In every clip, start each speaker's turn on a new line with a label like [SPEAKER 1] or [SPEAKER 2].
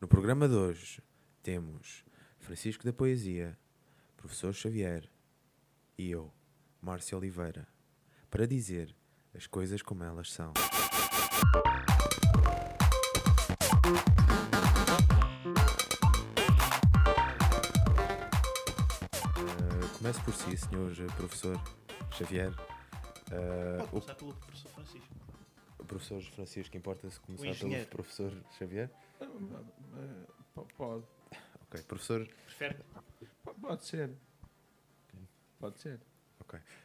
[SPEAKER 1] No programa de hoje temos Francisco da Poesia, Professor Xavier e eu, Márcio Oliveira, para dizer as coisas como elas são. Ah, Uh, comece por si, senhor Professor Xavier.
[SPEAKER 2] É,
[SPEAKER 1] Uh,
[SPEAKER 3] Pode começar pelo professor Francisco.
[SPEAKER 1] o Professor Francisco, importa-se começar pelo
[SPEAKER 3] engenheiro.
[SPEAKER 1] Professor Xavier?
[SPEAKER 2] Eh, po- Pode.
[SPEAKER 1] Ok, Professor
[SPEAKER 3] Prefere?
[SPEAKER 2] Po- Pode ser. Pode ser.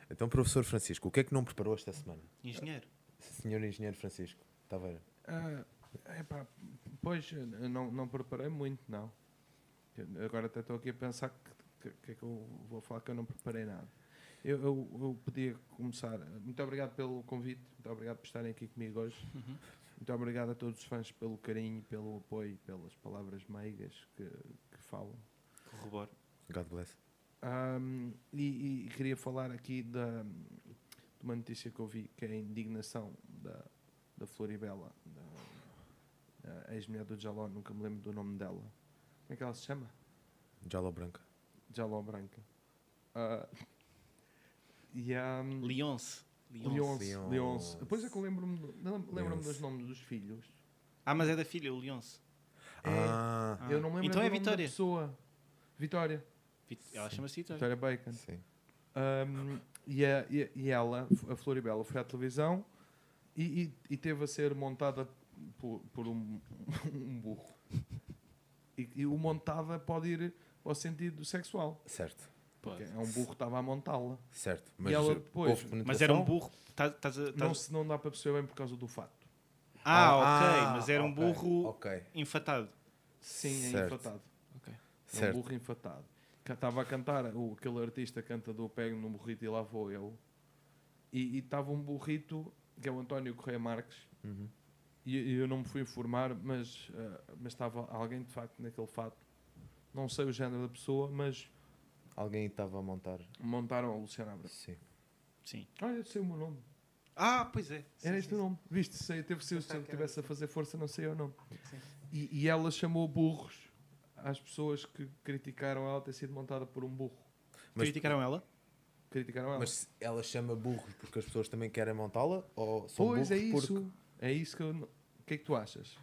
[SPEAKER 1] Então, professor Francisco, o que é que não preparou esta semana?
[SPEAKER 3] Engenheiro.
[SPEAKER 1] Senhor engenheiro Francisco, Taveira.
[SPEAKER 2] Ah, epá, pois, eh, não, não preparei muito, não. Eu- Agora até estou aqui a pensar que, que, que é que eu vou falar que eu não preparei nada. Eu, eu, eu podia começar. Muito obrigado pelo convite, muito obrigado por estarem aqui comigo hoje.
[SPEAKER 3] Uhum.
[SPEAKER 2] Muito obrigado a todos os fãs pelo carinho, pelo apoio, pelas palavras meigas que, que falam.
[SPEAKER 3] Corroboro.
[SPEAKER 1] God bless.
[SPEAKER 2] Ahm, e, e queria falar aqui da, de uma notícia que eu vi, que é a indignação da, da Floribela, da, da ex-mulher do Jaló, nunca me lembro do nome dela. Como é que ela se chama?
[SPEAKER 1] Jalo Branca.
[SPEAKER 2] Jaló Branca. Ah, e a um,
[SPEAKER 3] Leonce. Leonce.
[SPEAKER 2] Leonce.
[SPEAKER 1] Leonce.
[SPEAKER 2] Leonce. Depois é que eu lembro-me do- lem- lembro-me
[SPEAKER 1] Leonce.
[SPEAKER 2] dos nomes dos filhos.
[SPEAKER 3] Ah, mas é da filha, o Leonce.
[SPEAKER 2] É.
[SPEAKER 1] Ah,
[SPEAKER 2] Eu não me lembro
[SPEAKER 3] Então
[SPEAKER 2] do
[SPEAKER 3] é
[SPEAKER 2] nome
[SPEAKER 3] Vitória.
[SPEAKER 2] da pessoa. Vitória.
[SPEAKER 3] Vit- Ela chama-se Vitória.
[SPEAKER 2] Vitória Bacon.
[SPEAKER 1] sim.
[SPEAKER 2] Um, e, a- e a- e ela, a Floribela, foi à televisão e, e- e teve a ser montada por, por um, um burro. E, e o montada pode ir ao sentido sexual.
[SPEAKER 1] Certo,
[SPEAKER 3] Pode.
[SPEAKER 2] que É um burro que estava a montá-la.
[SPEAKER 1] certo.
[SPEAKER 2] E ela depois-
[SPEAKER 3] Mas era um burro. Tá- tás a-
[SPEAKER 2] Então? Não,
[SPEAKER 3] tás-
[SPEAKER 2] se não dá para perceber bem por causa do fato.
[SPEAKER 3] Ah, ok. mas era um
[SPEAKER 1] ok,
[SPEAKER 3] burro
[SPEAKER 1] Ok,
[SPEAKER 3] enfatado.
[SPEAKER 2] Sim, é
[SPEAKER 1] Certo.
[SPEAKER 2] enfatado. É um
[SPEAKER 1] certo.
[SPEAKER 2] burro enfatado. Ca- Estava a cantar, o, aquele artista cantador pega num burrito e lá vou eu. E e estava um burrito, que é o António Correia Marques,
[SPEAKER 1] Uhum.
[SPEAKER 2] E e eu não me fui informar, mas ah, mas estava alguém de facto naquele fato. Não sei o género da pessoa, mas
[SPEAKER 1] Alguém estava a montar.
[SPEAKER 2] montaram a Luciana Abreu.
[SPEAKER 1] Sim.
[SPEAKER 3] Sim.
[SPEAKER 2] Olha, eu sei o meu nome.
[SPEAKER 3] Ah, pois é. Sim,
[SPEAKER 2] Era
[SPEAKER 3] sim,
[SPEAKER 2] este o
[SPEAKER 3] sim.
[SPEAKER 2] nome. Viste, sei, teve se eu se eu estivesse a fazer força, não sei o nome. E, e ela chamou burros às pessoas que criticaram ela ter sido montada por um burro.
[SPEAKER 1] Mas-
[SPEAKER 3] Criticaram ela?
[SPEAKER 2] Criticaram ela.
[SPEAKER 1] Mas se ela chama burros porque as pessoas também querem montá-la? Ou são
[SPEAKER 2] pois
[SPEAKER 1] burros
[SPEAKER 2] é isso.
[SPEAKER 1] porque...
[SPEAKER 2] É isso que eu. não- O que é que tu achas?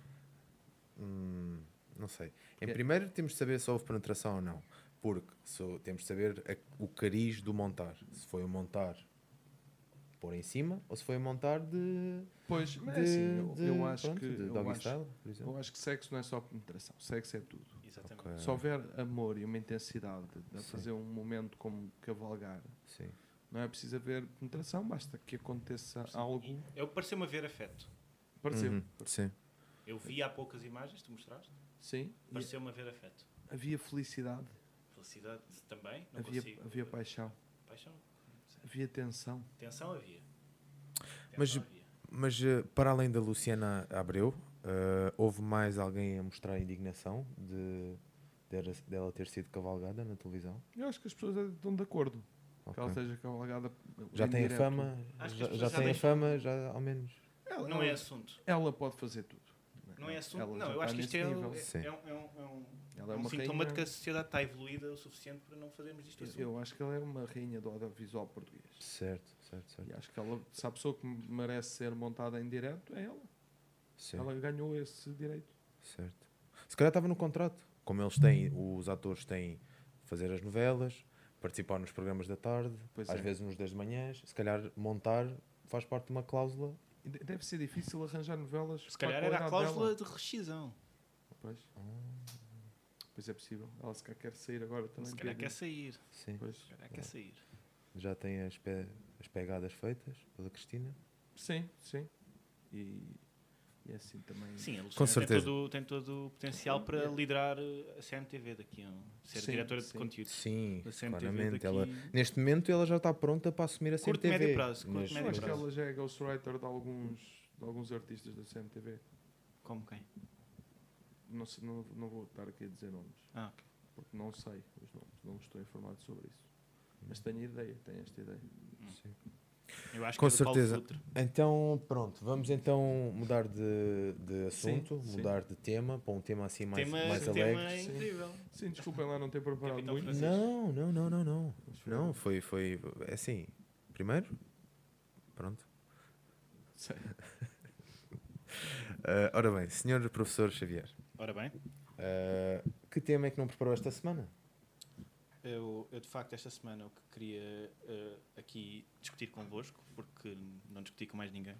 [SPEAKER 1] Hum, não sei. Em
[SPEAKER 2] Que-
[SPEAKER 1] primeiro temos de saber se houve penetração ou não. Porque se hou- temos de saber a- o cariz do montar. Se foi o montar pôr em cima ou se foi o montar de...
[SPEAKER 2] Pois, mas
[SPEAKER 1] de-
[SPEAKER 2] é assim, eu,
[SPEAKER 1] de-
[SPEAKER 2] eu acho
[SPEAKER 1] pronto,
[SPEAKER 2] que.
[SPEAKER 1] de
[SPEAKER 2] Eu
[SPEAKER 1] doggy
[SPEAKER 2] acho,
[SPEAKER 1] style, por exemplo.
[SPEAKER 2] eu acho que sexo não é só penetração, sexo é tudo.
[SPEAKER 3] Exatamente.
[SPEAKER 1] Ok,
[SPEAKER 2] Se houver amor e uma intensidade de
[SPEAKER 1] Sim.
[SPEAKER 2] fazer um momento como cavalgar,
[SPEAKER 1] Sim.
[SPEAKER 2] não é preciso haver penetração, basta que aconteça algo.
[SPEAKER 3] E Eu pareceu-me haver afeto.
[SPEAKER 2] Pareceu.
[SPEAKER 1] Uhum, Sim.
[SPEAKER 3] Eu vi há poucas imagens, tu mostraste.
[SPEAKER 2] Sim. E
[SPEAKER 3] Pareceu-me haver afeto.
[SPEAKER 2] Havia felicidade,
[SPEAKER 3] Felicidade também. Não
[SPEAKER 2] havia,
[SPEAKER 3] consigo.
[SPEAKER 2] havia paixão,
[SPEAKER 3] Paixão.
[SPEAKER 2] havia tensão.
[SPEAKER 3] Tensão havia.
[SPEAKER 1] Mas-
[SPEAKER 3] Tensão havia.
[SPEAKER 1] Mas eh, para além da Luciana Abreu, eh, houve mais alguém a mostrar indignação de dela dela ter sido cavalgada na televisão?
[SPEAKER 2] Eu acho que as pessoas estão de acordo que
[SPEAKER 1] Ok.
[SPEAKER 2] ela um seja cavalgada.
[SPEAKER 1] Já
[SPEAKER 2] em
[SPEAKER 1] tem a
[SPEAKER 2] direto.
[SPEAKER 1] fama,
[SPEAKER 3] Acho que
[SPEAKER 1] já,
[SPEAKER 3] as pessoas
[SPEAKER 1] já
[SPEAKER 3] já
[SPEAKER 1] tem a
[SPEAKER 3] deixam-
[SPEAKER 1] fama, já ao menos.
[SPEAKER 2] Ela,
[SPEAKER 3] Não é
[SPEAKER 2] ela,
[SPEAKER 3] assunto.
[SPEAKER 2] ela pode fazer tudo. né?
[SPEAKER 3] Não é assunto.
[SPEAKER 2] Ela
[SPEAKER 3] Não,
[SPEAKER 2] já
[SPEAKER 3] eu
[SPEAKER 2] está
[SPEAKER 3] acho que isto
[SPEAKER 2] nesse
[SPEAKER 3] é,
[SPEAKER 2] nível.
[SPEAKER 1] Sim.
[SPEAKER 3] é, é um, é um-
[SPEAKER 2] Ela
[SPEAKER 3] é
[SPEAKER 2] é
[SPEAKER 3] um
[SPEAKER 2] uma
[SPEAKER 3] sintoma
[SPEAKER 2] rainha.
[SPEAKER 3] de que a sociedade está evoluída o suficiente para não fazermos assim. disto
[SPEAKER 2] Eu-
[SPEAKER 3] assunto.
[SPEAKER 2] Eu acho que ela é uma rainha do audiovisual português.
[SPEAKER 1] Certo, certo, certo.
[SPEAKER 2] E acho que ela, se a pessoa que merece ser montada em direto, é ela.
[SPEAKER 1] Sim,
[SPEAKER 2] Ela ganhou esse direito.
[SPEAKER 1] certo. Se calhar estava no contrato. Como eles têm, os atores têm fazer as novelas, participar nos programas da tarde,
[SPEAKER 2] Pois
[SPEAKER 1] às
[SPEAKER 2] é.
[SPEAKER 1] vezes nos das manhãs, se calhar montar faz parte de uma cláusula.
[SPEAKER 2] E de- Deve ser difícil arranjar novelas.
[SPEAKER 3] Se
[SPEAKER 2] para
[SPEAKER 3] calhar era a
[SPEAKER 2] qualidade
[SPEAKER 3] cláusula
[SPEAKER 2] dela.
[SPEAKER 3] de rescisão.
[SPEAKER 2] Pois. Pois é possível. Ela se calhar quer sair agora também.
[SPEAKER 3] Se calhar
[SPEAKER 2] porque-
[SPEAKER 3] quer sair.
[SPEAKER 1] Sim.
[SPEAKER 2] Pois.
[SPEAKER 3] Se calhar quer sair.
[SPEAKER 1] Já tem as, pe- as pegadas feitas pela Cristina.
[SPEAKER 2] Sim, sim. E, e é assim também.
[SPEAKER 3] Sim, a Luciana
[SPEAKER 1] certeza.
[SPEAKER 3] Tem, todo, tem todo o potencial para liderar eh, a CMTV daqui a um, ser
[SPEAKER 2] Sim,
[SPEAKER 3] diretora
[SPEAKER 2] sim.
[SPEAKER 3] de conteúdo.
[SPEAKER 1] Sim,
[SPEAKER 3] A CMTV
[SPEAKER 1] claramente.
[SPEAKER 3] daqui-
[SPEAKER 1] Ela, neste momento ela já está pronta para assumir a
[SPEAKER 3] Curto,
[SPEAKER 1] CMTV.
[SPEAKER 3] médio prazo, curto,
[SPEAKER 1] mas-
[SPEAKER 2] Eu
[SPEAKER 3] médio
[SPEAKER 2] acho que
[SPEAKER 3] prazo.
[SPEAKER 2] ela já é ghostwriter de alguns, de alguns artistas da CMTV.
[SPEAKER 3] Como quem?
[SPEAKER 2] Não, sei, não, não vou estar aqui a dizer nomes,
[SPEAKER 3] Ah, ok.
[SPEAKER 2] porque não sei
[SPEAKER 1] Hum.
[SPEAKER 2] os nomes, não estou informado sobre isso. Mas tenho ideia, tenho esta ideia.
[SPEAKER 1] Sim.
[SPEAKER 3] Eu acho
[SPEAKER 1] Com
[SPEAKER 3] que é do Paulo
[SPEAKER 1] certeza.
[SPEAKER 3] Futre.
[SPEAKER 1] Então, pronto, vamos então mudar de, de assunto,
[SPEAKER 2] sim.
[SPEAKER 1] mudar de tema, para um tema assim mais,
[SPEAKER 3] tema,
[SPEAKER 1] mais
[SPEAKER 3] tema
[SPEAKER 1] alegre.
[SPEAKER 3] é
[SPEAKER 2] sim.
[SPEAKER 3] incrível.
[SPEAKER 2] Sim, desculpem lá não ter preparado
[SPEAKER 3] Capitão
[SPEAKER 2] muito.
[SPEAKER 3] Francisco.
[SPEAKER 1] Não, não, não, não, não.
[SPEAKER 2] Mas foi-
[SPEAKER 1] Não, foi, foi, é assim, primeiro, pronto.
[SPEAKER 2] Sei.
[SPEAKER 1] Ah, ora bem, senhor professor Xavier,
[SPEAKER 3] Ora bem,
[SPEAKER 1] ah, que tema é que não preparou esta semana?
[SPEAKER 3] eu, eu de facto esta semana o que queria eh, aqui discutir convosco, porque não discuti com mais ninguém,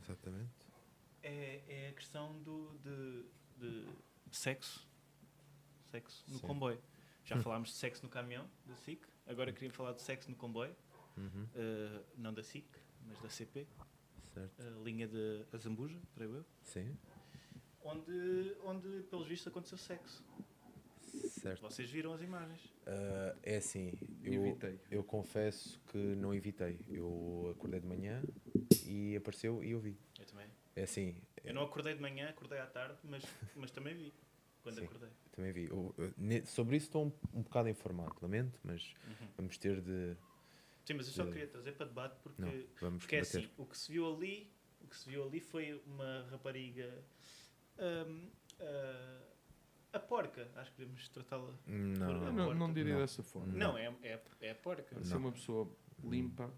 [SPEAKER 1] Exatamente.
[SPEAKER 3] é, é a questão do, de, de sexo. Sexo no
[SPEAKER 1] Sim. Hum.
[SPEAKER 3] comboio. Já falámos de sexo no caminhão, da SIC. Agora queria falar de sexo no comboio.
[SPEAKER 1] Uhum,
[SPEAKER 3] eh, não da SIC, mas da CP.
[SPEAKER 1] certo.
[SPEAKER 3] A linha de Azambuja, creio eu.
[SPEAKER 1] Sim,
[SPEAKER 3] Onde, onde pelos vistos, aconteceu sexo.
[SPEAKER 1] certo.
[SPEAKER 3] Vocês viram as imagens.
[SPEAKER 1] Ah, é assim, eu,
[SPEAKER 2] Evitei.
[SPEAKER 1] eu confesso que não evitei. Eu acordei de manhã e apareceu e eu vi.
[SPEAKER 3] Eu também.
[SPEAKER 1] É assim,
[SPEAKER 3] Eu não acordei de manhã, acordei à tarde, mas, mas também vi. Quando
[SPEAKER 1] Sim.
[SPEAKER 3] acordei.
[SPEAKER 1] Também vi. Eu- eu- ne- sobre isso estou um, um bocado informado, lamento, mas
[SPEAKER 3] Uhum.
[SPEAKER 1] vamos ter de.
[SPEAKER 3] Sim, mas eu só
[SPEAKER 1] Eh,
[SPEAKER 3] queria trazer para debate porque,
[SPEAKER 1] Não, vamos
[SPEAKER 3] porque é assim,
[SPEAKER 1] bater.
[SPEAKER 3] o que se viu ali, o que se viu ali foi uma rapariga hum, ah, a porca, acho que devemos tratá-la.
[SPEAKER 1] Não,
[SPEAKER 2] Eu
[SPEAKER 3] Não,
[SPEAKER 2] Ah, não, não
[SPEAKER 3] Porca.
[SPEAKER 2] diria
[SPEAKER 1] Não.
[SPEAKER 2] dessa forma.
[SPEAKER 1] Não.
[SPEAKER 3] Não, é, é, é a porca,
[SPEAKER 2] Ser uma pessoa limpa,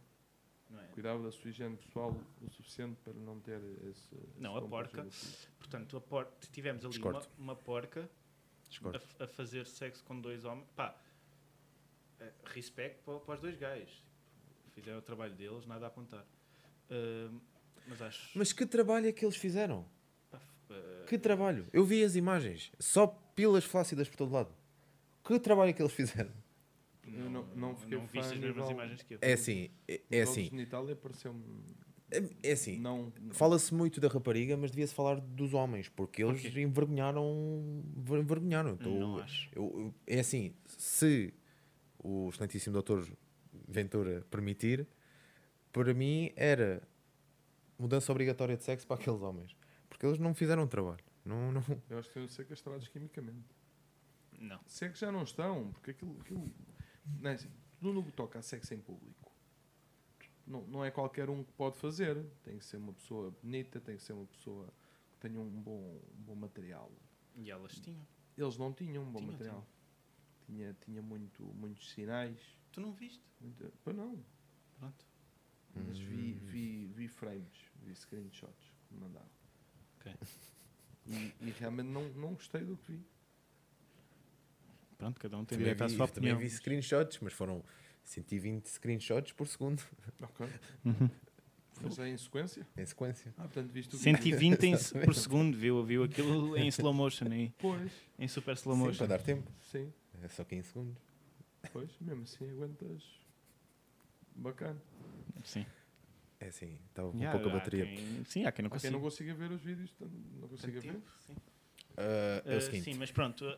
[SPEAKER 3] não é?
[SPEAKER 2] cuidava da sua higiene pessoal o suficiente para não ter esse.
[SPEAKER 3] Não,
[SPEAKER 2] esse
[SPEAKER 3] a porca.
[SPEAKER 2] comportamento.
[SPEAKER 3] Portanto, a por- tivemos ali uma,
[SPEAKER 1] Discordo.
[SPEAKER 3] uma porca
[SPEAKER 1] discordo.
[SPEAKER 3] a, a fazer sexo com dois homens. Pá, eh, respect para, para os dois gajos. tipo, Fizeram o trabalho deles, nada a apontar. Hum, mas acho.
[SPEAKER 1] Mas que trabalho é que eles fizeram?
[SPEAKER 3] pá, f- eh,
[SPEAKER 1] Que trabalho? Eu vi as imagens, só pilas flácidas por todo lado. Que trabalho é que eles fizeram?
[SPEAKER 2] Eu não- não fiquei
[SPEAKER 3] não viste
[SPEAKER 2] fã
[SPEAKER 3] as
[SPEAKER 2] a
[SPEAKER 3] mesmas
[SPEAKER 2] nível-
[SPEAKER 3] imagens que eu.
[SPEAKER 1] É assim, é, é
[SPEAKER 2] O
[SPEAKER 1] assim,
[SPEAKER 2] genital pareceu-me.
[SPEAKER 1] é- é assim.
[SPEAKER 2] Não.
[SPEAKER 1] Fala-se muito da rapariga, mas devia-se falar dos homens, porque eles
[SPEAKER 3] Porquê?
[SPEAKER 1] envergonharam. envergonharam. Então,
[SPEAKER 3] Não acho.
[SPEAKER 1] eu- eu- é assim, se o excelentíssimo doutor Ventura permitir, para mim era mudança obrigatória de sexo para aqueles homens. Porque eles não fizeram o trabalho. Não, não...
[SPEAKER 2] Eu acho que deviam ser castrados quimicamente.
[SPEAKER 3] Não.
[SPEAKER 2] Se é que já não estão, porque aquilo. aquilo não é assim, tudo no que toca a sexo em público. Não, não é qualquer um que pode fazer. Tem que ser uma pessoa bonita, tem que ser uma pessoa que tenha um bom, um bom material.
[SPEAKER 3] E elas tinham.
[SPEAKER 2] Eles não tinham um bom
[SPEAKER 3] Tinham,
[SPEAKER 2] material. Tinha, tinha muito, muitos sinais.
[SPEAKER 3] Tu não viste?
[SPEAKER 2] Muita, pois não.
[SPEAKER 3] Pronto.
[SPEAKER 2] Mas
[SPEAKER 3] Uhum.
[SPEAKER 2] vi, vi, vi frames, vi screenshots que me mandaram.
[SPEAKER 3] Ok.
[SPEAKER 2] E, e realmente não, não gostei do que vi.
[SPEAKER 3] Pronto, cada um tem
[SPEAKER 1] Também
[SPEAKER 3] direito à sua
[SPEAKER 1] é vi, também
[SPEAKER 3] opinião.
[SPEAKER 1] vi screenshots, mas foram 120 screenshots por segundo,
[SPEAKER 2] Ok. Mas é em sequência?
[SPEAKER 1] em sequência.
[SPEAKER 2] Ah, portanto, visto o que vi.
[SPEAKER 3] 120 em- por segundo, viu? Viu aquilo em slow motion aí.
[SPEAKER 2] Pois,
[SPEAKER 3] Em super slow
[SPEAKER 1] Sim,
[SPEAKER 3] motion.
[SPEAKER 1] para dar tempo.
[SPEAKER 2] sim.
[SPEAKER 1] É só 15 segundos.
[SPEAKER 2] Pois, mesmo assim aguentas. Bacana.
[SPEAKER 3] Sim.
[SPEAKER 1] É assim, estava com
[SPEAKER 3] Yeah,
[SPEAKER 1] pouca
[SPEAKER 3] há
[SPEAKER 1] bateria.
[SPEAKER 3] quem- Sim, há quem não
[SPEAKER 2] Há quem
[SPEAKER 3] consiga.
[SPEAKER 2] não consiga ver os vídeos, portanto, não consiga ver.
[SPEAKER 3] Sim.
[SPEAKER 1] Ah, é
[SPEAKER 3] Ah,
[SPEAKER 1] o seguinte.
[SPEAKER 3] Sim, mas pronto, a,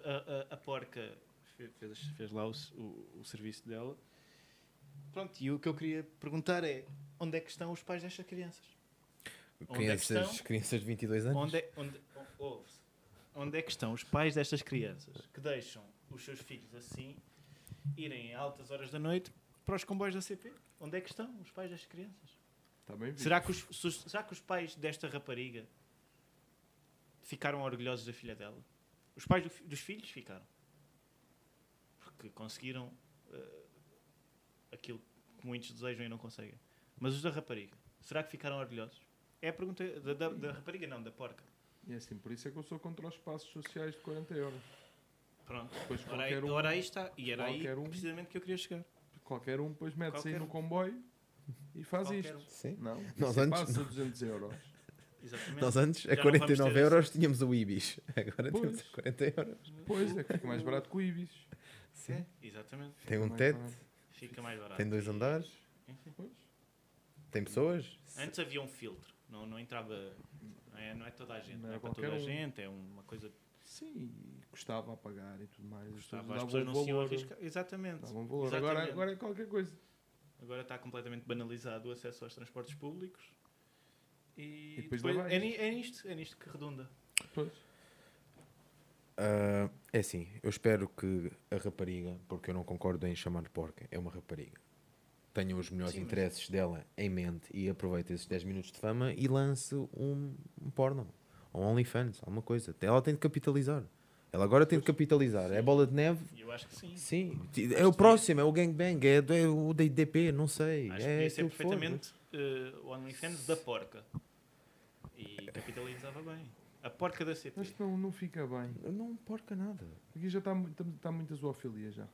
[SPEAKER 3] a- a porca fe- fez, fez lá o, s- o- o serviço dela. Pronto, e o que eu queria perguntar é: onde é que estão os pais destas crianças? Onde é que
[SPEAKER 1] Crianças,
[SPEAKER 3] estão?
[SPEAKER 1] crianças de 22 anos?
[SPEAKER 3] Onde é, onde, o- ouve-se. Onde é que estão os pais destas crianças que deixam os seus filhos assim irem a altas horas da noite para os comboios da CP? Onde é que estão os pais destas crianças?
[SPEAKER 2] Está bem visto.
[SPEAKER 3] Será que os, se os- será que os pais desta rapariga ficaram orgulhosos da filha dela? Os pais do fi- dos filhos ficaram. Porque conseguiram eh, aquilo que muitos desejam e não conseguem. Mas os da rapariga, será que ficaram orgulhosos? É a pergunta da, da- da rapariga, não, da porca.
[SPEAKER 2] E assim, por isso é que eu sou contra os espaços sociais de 40 euros.
[SPEAKER 3] Pronto.
[SPEAKER 2] Depois
[SPEAKER 3] Ora então, aí,
[SPEAKER 2] qualquer um,
[SPEAKER 3] ora aí está. E era aí
[SPEAKER 2] qualquer um-
[SPEAKER 3] precisamente que eu queria chegar.
[SPEAKER 2] qualquer um depois mete-se aí
[SPEAKER 3] Qualquer
[SPEAKER 2] no
[SPEAKER 3] um.
[SPEAKER 2] comboio e faz
[SPEAKER 3] Qualquer um.
[SPEAKER 2] isto.
[SPEAKER 1] Sim.
[SPEAKER 2] Não,
[SPEAKER 1] Nós
[SPEAKER 2] isso é
[SPEAKER 1] antes-
[SPEAKER 2] passa 200 euros.
[SPEAKER 3] Exatamente.
[SPEAKER 1] Nós antes,
[SPEAKER 3] Já
[SPEAKER 1] a
[SPEAKER 3] não vamos
[SPEAKER 1] 49
[SPEAKER 3] ter
[SPEAKER 1] euros, tínhamos o Ibis. Agora
[SPEAKER 2] Pois.
[SPEAKER 1] temos a 40 euros.
[SPEAKER 2] Pois, é que fica mais barato que o Ibis.
[SPEAKER 1] Sim.
[SPEAKER 3] Exatamente.
[SPEAKER 1] Tem um
[SPEAKER 2] mais
[SPEAKER 1] teto,
[SPEAKER 2] barato.
[SPEAKER 3] Fica mais barato.
[SPEAKER 1] tem dois andares,
[SPEAKER 3] é Enfim.
[SPEAKER 2] Pois.
[SPEAKER 1] tem pessoas.
[SPEAKER 3] Antes havia um filtro, não, não entrava. Não é, não é toda a gente,
[SPEAKER 2] Não
[SPEAKER 3] não é
[SPEAKER 2] era
[SPEAKER 3] para toda a
[SPEAKER 2] qualquer um.
[SPEAKER 3] gente, é uma coisa que
[SPEAKER 2] Sim, e custava a pagar e tudo mais. um
[SPEAKER 3] custava. As pessoas não se iam arriscar. Exatamente.
[SPEAKER 2] Davam um valor. Agora,
[SPEAKER 3] Exatamente.
[SPEAKER 2] agora é qualquer coisa.
[SPEAKER 3] Agora está completamente banalizado o acesso aos transportes públicos. E,
[SPEAKER 2] E depois
[SPEAKER 3] depois-
[SPEAKER 2] lá vais.
[SPEAKER 3] é, ni- é nisto, é nisto que redunda.
[SPEAKER 2] Pois.
[SPEAKER 3] É.
[SPEAKER 1] Ah, é assim, eu espero que a rapariga, porque eu não concordo em chamar porca, é uma rapariga. tenha os melhores
[SPEAKER 3] Sim, mas-
[SPEAKER 1] interesses dela em mente e aproveite esses 10 minutos de fama e lance um, um porno, ou um OnlyFans, alguma coisa. Ela tem de capitalizar. Ela agora tem de capitalizar. É bola de neve?
[SPEAKER 3] E eu acho que sim.
[SPEAKER 1] Sim. É o próximo, é o gangbang, é, do- é o DDP, não sei.
[SPEAKER 3] Acho que
[SPEAKER 1] é
[SPEAKER 3] podia ser
[SPEAKER 1] aquilo que for.
[SPEAKER 3] perfeitamente eh, o OnlyFans da porca. E capitalizava bem. A porca da CP.
[SPEAKER 2] Mas não, não fica bem.
[SPEAKER 1] Não porca nada.
[SPEAKER 2] Aqui já está mu- tam- está muita zoofilia já.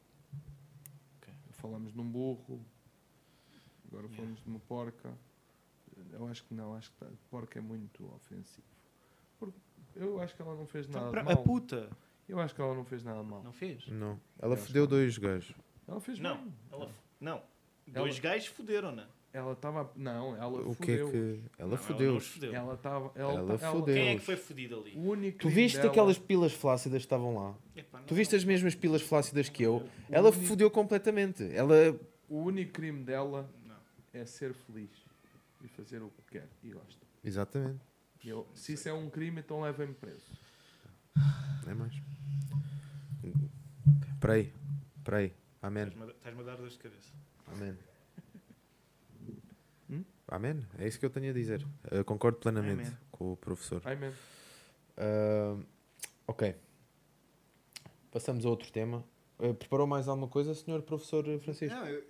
[SPEAKER 3] Ok.
[SPEAKER 2] Falamos de um burro, agora
[SPEAKER 3] Yeah.
[SPEAKER 2] falamos de uma porca. Eu acho que não, acho que tá, porca é muito ofensivo. Porque eu acho que ela não fez nada
[SPEAKER 3] Então,
[SPEAKER 2] de
[SPEAKER 3] pra- a
[SPEAKER 2] mal.
[SPEAKER 3] puta
[SPEAKER 2] Eu acho que ela não fez nada de mal.
[SPEAKER 3] não fez?
[SPEAKER 1] Não.
[SPEAKER 2] Eu
[SPEAKER 1] Ela
[SPEAKER 2] acho
[SPEAKER 1] fodeu
[SPEAKER 2] que não.
[SPEAKER 1] dois gajos.
[SPEAKER 2] Ela fez
[SPEAKER 3] Não,
[SPEAKER 2] bem.
[SPEAKER 3] ela f- Não. Dois
[SPEAKER 2] Ela-
[SPEAKER 3] gajos fuderam-na.
[SPEAKER 2] Ela estava. Não, ela
[SPEAKER 1] O que é
[SPEAKER 2] fudeu.
[SPEAKER 1] que. Ela
[SPEAKER 3] Não,
[SPEAKER 1] fodeu.
[SPEAKER 3] não os fudeu.
[SPEAKER 2] Ela estava. Ela,
[SPEAKER 1] Ela
[SPEAKER 2] ta-
[SPEAKER 1] fudeu.
[SPEAKER 3] Quem é que
[SPEAKER 1] Deus.
[SPEAKER 3] foi fudido ali?
[SPEAKER 2] O único
[SPEAKER 1] Tu
[SPEAKER 2] crime
[SPEAKER 1] viste
[SPEAKER 2] dela-
[SPEAKER 1] aquelas pilas flácidas que estavam lá?
[SPEAKER 3] Epá, não,
[SPEAKER 1] Tu viste
[SPEAKER 3] não.
[SPEAKER 1] as mesmas pilas flácidas que eu?
[SPEAKER 2] o
[SPEAKER 1] Ela
[SPEAKER 2] único-
[SPEAKER 1] fodeu completamente. Ela.
[SPEAKER 2] O único crime dela
[SPEAKER 3] Não.
[SPEAKER 2] é ser feliz e fazer o que quer e gosta.
[SPEAKER 1] Exatamente.
[SPEAKER 2] E eu, se isso é um crime, então levem-me preso.
[SPEAKER 1] Não é mais. Peraí. Peraí. Amém.
[SPEAKER 3] Estás-me a- Estás-me a dar dores de cabeça.
[SPEAKER 1] Amém.
[SPEAKER 2] Hum?
[SPEAKER 1] Amém. É isso que eu tenho a dizer. Eu concordo plenamente
[SPEAKER 3] Amém.
[SPEAKER 1] com o professor.
[SPEAKER 2] Ai, mesmo.
[SPEAKER 1] Ah, ok. Passamos a outro tema. Ah, preparou mais alguma coisa, senhor professor Francisco?
[SPEAKER 3] Não, eu...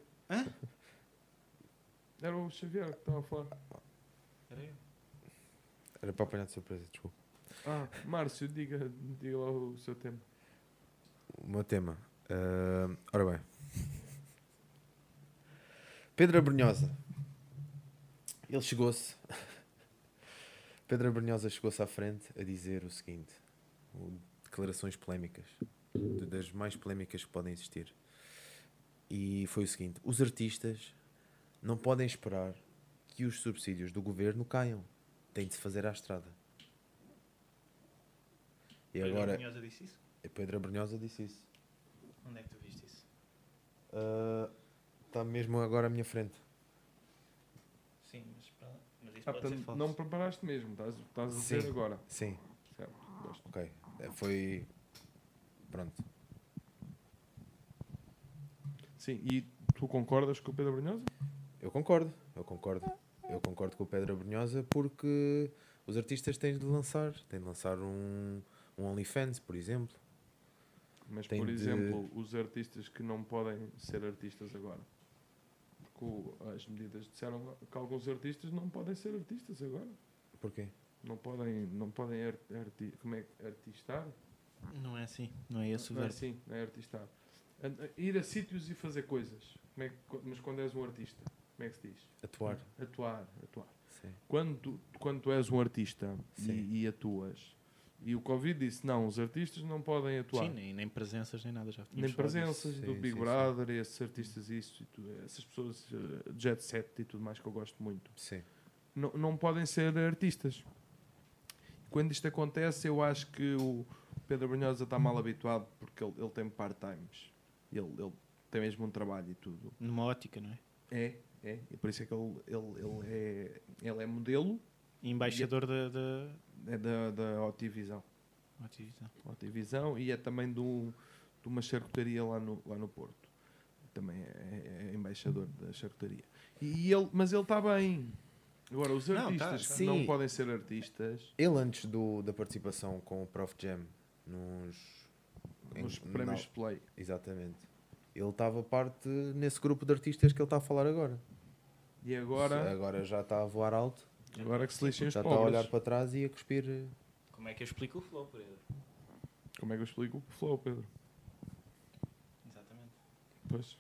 [SPEAKER 2] Era o Xavier que estava a falar.
[SPEAKER 3] Era eu.
[SPEAKER 1] Era para apanhar de surpresa, desculpa.
[SPEAKER 2] Ah, Márcio, diga, diga lá o seu tema.
[SPEAKER 1] O meu tema. Ah, ora bem. Pedro Abrunhosa. Ele chegou-se. Pedro Abrunhosa chegou-se à frente a dizer o seguinte: o- declarações polémicas, de- das mais polémicas que podem existir. E foi o seguinte: os artistas não podem esperar que os subsídios do governo caiam. Tem de se fazer à estrada. E
[SPEAKER 3] Pedro
[SPEAKER 1] agora,
[SPEAKER 3] Brunhosa disse isso?
[SPEAKER 1] Pedro Abrunhosa disse isso.
[SPEAKER 3] Onde é que tu viste isso?
[SPEAKER 1] Está Ah, tá mesmo agora à minha frente.
[SPEAKER 3] Sim, mas, para... mas isso
[SPEAKER 2] Ah,
[SPEAKER 3] pode ser
[SPEAKER 2] portanto,
[SPEAKER 3] falso.
[SPEAKER 2] não preparaste mesmo, estás, estás a dizer
[SPEAKER 1] Sim.
[SPEAKER 2] agora.
[SPEAKER 1] Sim,
[SPEAKER 2] Certo, gosto.
[SPEAKER 1] ok. Eh, Foi. Pronto.
[SPEAKER 2] Sim, e tu concordas com o Pedro Brunhosa?
[SPEAKER 1] Eu concordo, eu concordo. Eu concordo com o Pedro Abrunhosa porque os artistas têm de lançar. Têm de lançar um, um OnlyFans, por exemplo.
[SPEAKER 2] Mas,
[SPEAKER 1] Tem
[SPEAKER 2] por
[SPEAKER 1] de-
[SPEAKER 2] exemplo, os artistas que não podem ser artistas agora. Porque o- as medidas disseram que alguns artistas não podem ser artistas agora.
[SPEAKER 1] Porquê?
[SPEAKER 2] Não podem, não podem ar- arti- como é que- artistar?
[SPEAKER 3] Não é assim. Não é esse o
[SPEAKER 2] Não é
[SPEAKER 3] verbo.
[SPEAKER 2] assim, não é artistar. An- Ir a sítios e fazer coisas. Como é que- co- mas quando és um artista, como é que se diz?
[SPEAKER 1] Atuar.
[SPEAKER 2] Atuar, atuar.
[SPEAKER 1] Sim.
[SPEAKER 2] Quando tu, quando tu és um artista
[SPEAKER 1] Sim.
[SPEAKER 2] e, e atuas, e o Covid disse, não, os artistas não podem atuar.
[SPEAKER 3] assim. Sim, nem, nem presenças, nem nada. Já tínhamos
[SPEAKER 2] Nem
[SPEAKER 3] falado disso.
[SPEAKER 2] presenças do
[SPEAKER 1] Sim,
[SPEAKER 2] Big
[SPEAKER 1] sim,
[SPEAKER 2] Brother, esses artistas, isso, e tu- essas pessoas, eh, Jet Set e tudo mais que eu gosto muito,
[SPEAKER 1] Sim.
[SPEAKER 2] não, não podem ser artistas. Quando isto acontece, eu acho que o Pedro Brunhosa está mal habituado porque ele, ele tem part-times. Ele, ele tem mesmo um trabalho e tudo.
[SPEAKER 3] Numa ótica, não é?
[SPEAKER 2] É, é. E por isso é que ele, ele, ele, é, ele é modelo
[SPEAKER 3] Embaixador da, da
[SPEAKER 2] é da, da Otivisão.
[SPEAKER 3] Otivisão.
[SPEAKER 2] Otivisão e é também do, de uma charcutaria lá no, lá no Porto. Também é, é- é embaixador da charcutaria. E ele, mas ele está bem. Agora, os
[SPEAKER 3] Não, tá,
[SPEAKER 2] artistas
[SPEAKER 1] tá.
[SPEAKER 2] que não
[SPEAKER 1] Sim.
[SPEAKER 2] podem ser artistas
[SPEAKER 1] Ele antes do, da participação com o Prof Jam nos. em-
[SPEAKER 2] nos
[SPEAKER 1] na-
[SPEAKER 2] prémios de Play.
[SPEAKER 1] Exatamente. Ele estava parte nesse grupo de artistas que ele está a falar agora.
[SPEAKER 2] E agora,
[SPEAKER 1] Agora já está a voar alto,
[SPEAKER 2] agora que se lixem os
[SPEAKER 1] é- já está a
[SPEAKER 2] pobres.
[SPEAKER 1] olhar para trás e a cuspir. eh,
[SPEAKER 3] Como é que eu explico o flow, Pereira?
[SPEAKER 2] Como é que eu explico o flow, Pedro?
[SPEAKER 3] Exatamente.
[SPEAKER 2] Pois.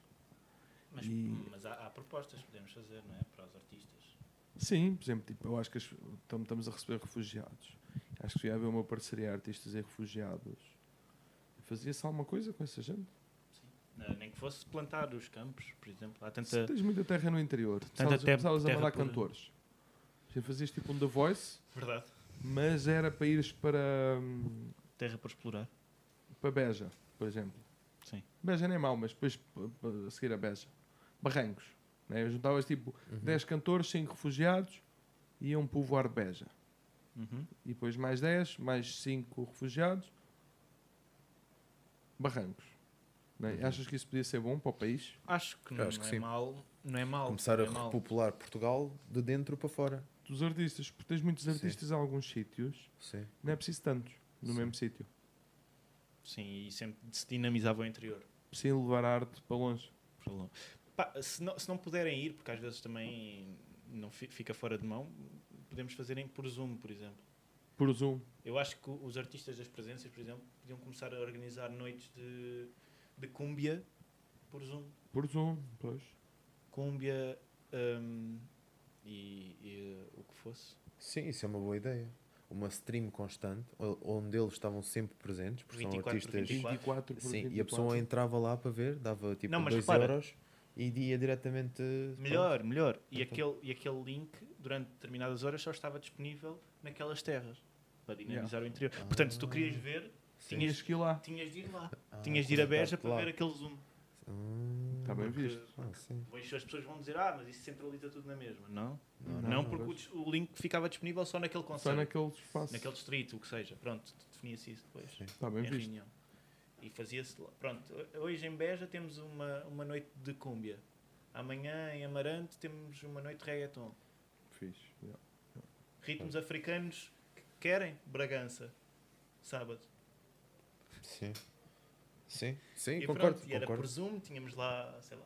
[SPEAKER 3] Mas,
[SPEAKER 2] E-
[SPEAKER 3] mas há, há propostas que podemos fazer, não é? Para os artistas.
[SPEAKER 2] Sim, por exemplo, tipo, eu acho que as- tam- estamos a receber refugiados. Acho que devia haver uma parceria artistas e refugiados. Fazia-se alguma coisa com essa gente?
[SPEAKER 3] Não, nem que fosse plantar os campos, por exemplo. Há
[SPEAKER 2] Se
[SPEAKER 3] tanta.
[SPEAKER 2] tens muita terra no interior,
[SPEAKER 3] tanta
[SPEAKER 2] estavas
[SPEAKER 3] te-
[SPEAKER 2] estavas a
[SPEAKER 3] terra
[SPEAKER 2] mandar
[SPEAKER 3] pura.
[SPEAKER 2] cantores. Já fazias tipo um The Voice,
[SPEAKER 3] Verdade.
[SPEAKER 2] mas era para ires para, hum,
[SPEAKER 3] Terra por explorar.
[SPEAKER 2] para Beja, por exemplo.
[SPEAKER 3] Sim.
[SPEAKER 2] Beja nem é mau, mas depois p- p- a seguir a Beja. Barrancos. Né? Juntavas tipo 10 cantores, 5 refugiados e iam povoar Beja.
[SPEAKER 3] Uhum.
[SPEAKER 2] E depois mais 10, mais 5 refugiados. Barrancos. não
[SPEAKER 3] Uhum.
[SPEAKER 2] é? Achas que isso podia ser bom para o país?
[SPEAKER 3] Acho que não,
[SPEAKER 1] acho que
[SPEAKER 3] é
[SPEAKER 1] sim.
[SPEAKER 3] mal. Não é mal.
[SPEAKER 1] Começar
[SPEAKER 3] não
[SPEAKER 1] a
[SPEAKER 3] é mal.
[SPEAKER 1] repopular Portugal de dentro para fora.
[SPEAKER 2] Dos artistas, porque tens muitos artistas em alguns sítios,
[SPEAKER 1] Sim.
[SPEAKER 2] não é preciso tantos no
[SPEAKER 1] Sim.
[SPEAKER 2] mesmo sítio.
[SPEAKER 3] Sim, e sempre se dinamizava o interior.
[SPEAKER 2] Preciso levar a arte para longe.
[SPEAKER 3] Por lá. Pá, se, não, se não puderem ir, porque às vezes também não fi- fica fora de mão, podemos fazerem por Zoom, por exemplo.
[SPEAKER 2] Por Zoom.
[SPEAKER 3] Eu acho que os artistas das presenças, por exemplo, podiam começar a organizar noites de, de cúmbia por Zoom.
[SPEAKER 2] Por Zoom, pois.
[SPEAKER 3] Cúmbia hum, e, e, uh, o que fosse.
[SPEAKER 1] Sim, isso é uma boa ideia. Uma stream constante, o- onde eles estavam sempre presentes, porque são
[SPEAKER 3] 24 por
[SPEAKER 1] artistas.
[SPEAKER 3] 24.
[SPEAKER 2] 24 por
[SPEAKER 1] Sim,
[SPEAKER 2] 24.
[SPEAKER 1] e a pessoa entrava lá para ver, dava tipo
[SPEAKER 3] Não, mas
[SPEAKER 1] 2
[SPEAKER 3] repara.
[SPEAKER 1] euros e ia diretamente.
[SPEAKER 3] Melhor, melhor. E
[SPEAKER 1] Ok.
[SPEAKER 3] aquele, e aquele link, durante determinadas horas, só estava disponível naquelas terras para dinamizar o interior. Portanto, se tu querias ver,
[SPEAKER 1] Sim.
[SPEAKER 3] tinhas,
[SPEAKER 2] Tinhas que ir lá.
[SPEAKER 3] tinhas de ir lá.
[SPEAKER 1] Ah,
[SPEAKER 3] tinhas de ir a
[SPEAKER 1] conectar-te
[SPEAKER 3] Beja para
[SPEAKER 1] lá.
[SPEAKER 3] ver aquele Zoom.
[SPEAKER 1] Hum,
[SPEAKER 2] Está Tá bem
[SPEAKER 3] Porque-
[SPEAKER 2] visto.
[SPEAKER 1] ah, sim.
[SPEAKER 3] Pois as pessoas vão dizer, ah, mas isso centraliza tudo na mesma. Não,
[SPEAKER 1] Não,
[SPEAKER 3] não,
[SPEAKER 1] não,
[SPEAKER 3] porque o
[SPEAKER 2] pois.
[SPEAKER 3] dis- o, link ficava disponível só naquele
[SPEAKER 2] Só
[SPEAKER 3] conselho,
[SPEAKER 2] naquele espaço.
[SPEAKER 3] naquele distrito, o que seja. Pronto, definia-se isso depois.
[SPEAKER 1] Sim.
[SPEAKER 2] Está
[SPEAKER 3] Em
[SPEAKER 2] bem visto.
[SPEAKER 3] reunião. E fazia-se lá. Pronto, ho- hoje em Beja temos uma, uma noite de cúmbia. Amanhã em Amarante temos uma noite de reggaeton.
[SPEAKER 2] Fixe. yeah.
[SPEAKER 3] Ritmos africanos que querem? Bragança. Sábado.
[SPEAKER 1] Sim. Sim, sim,
[SPEAKER 3] e
[SPEAKER 1] concordo.
[SPEAKER 3] pronto, e era por
[SPEAKER 1] concordo.
[SPEAKER 3] Zoom, tínhamos lá, sei lá,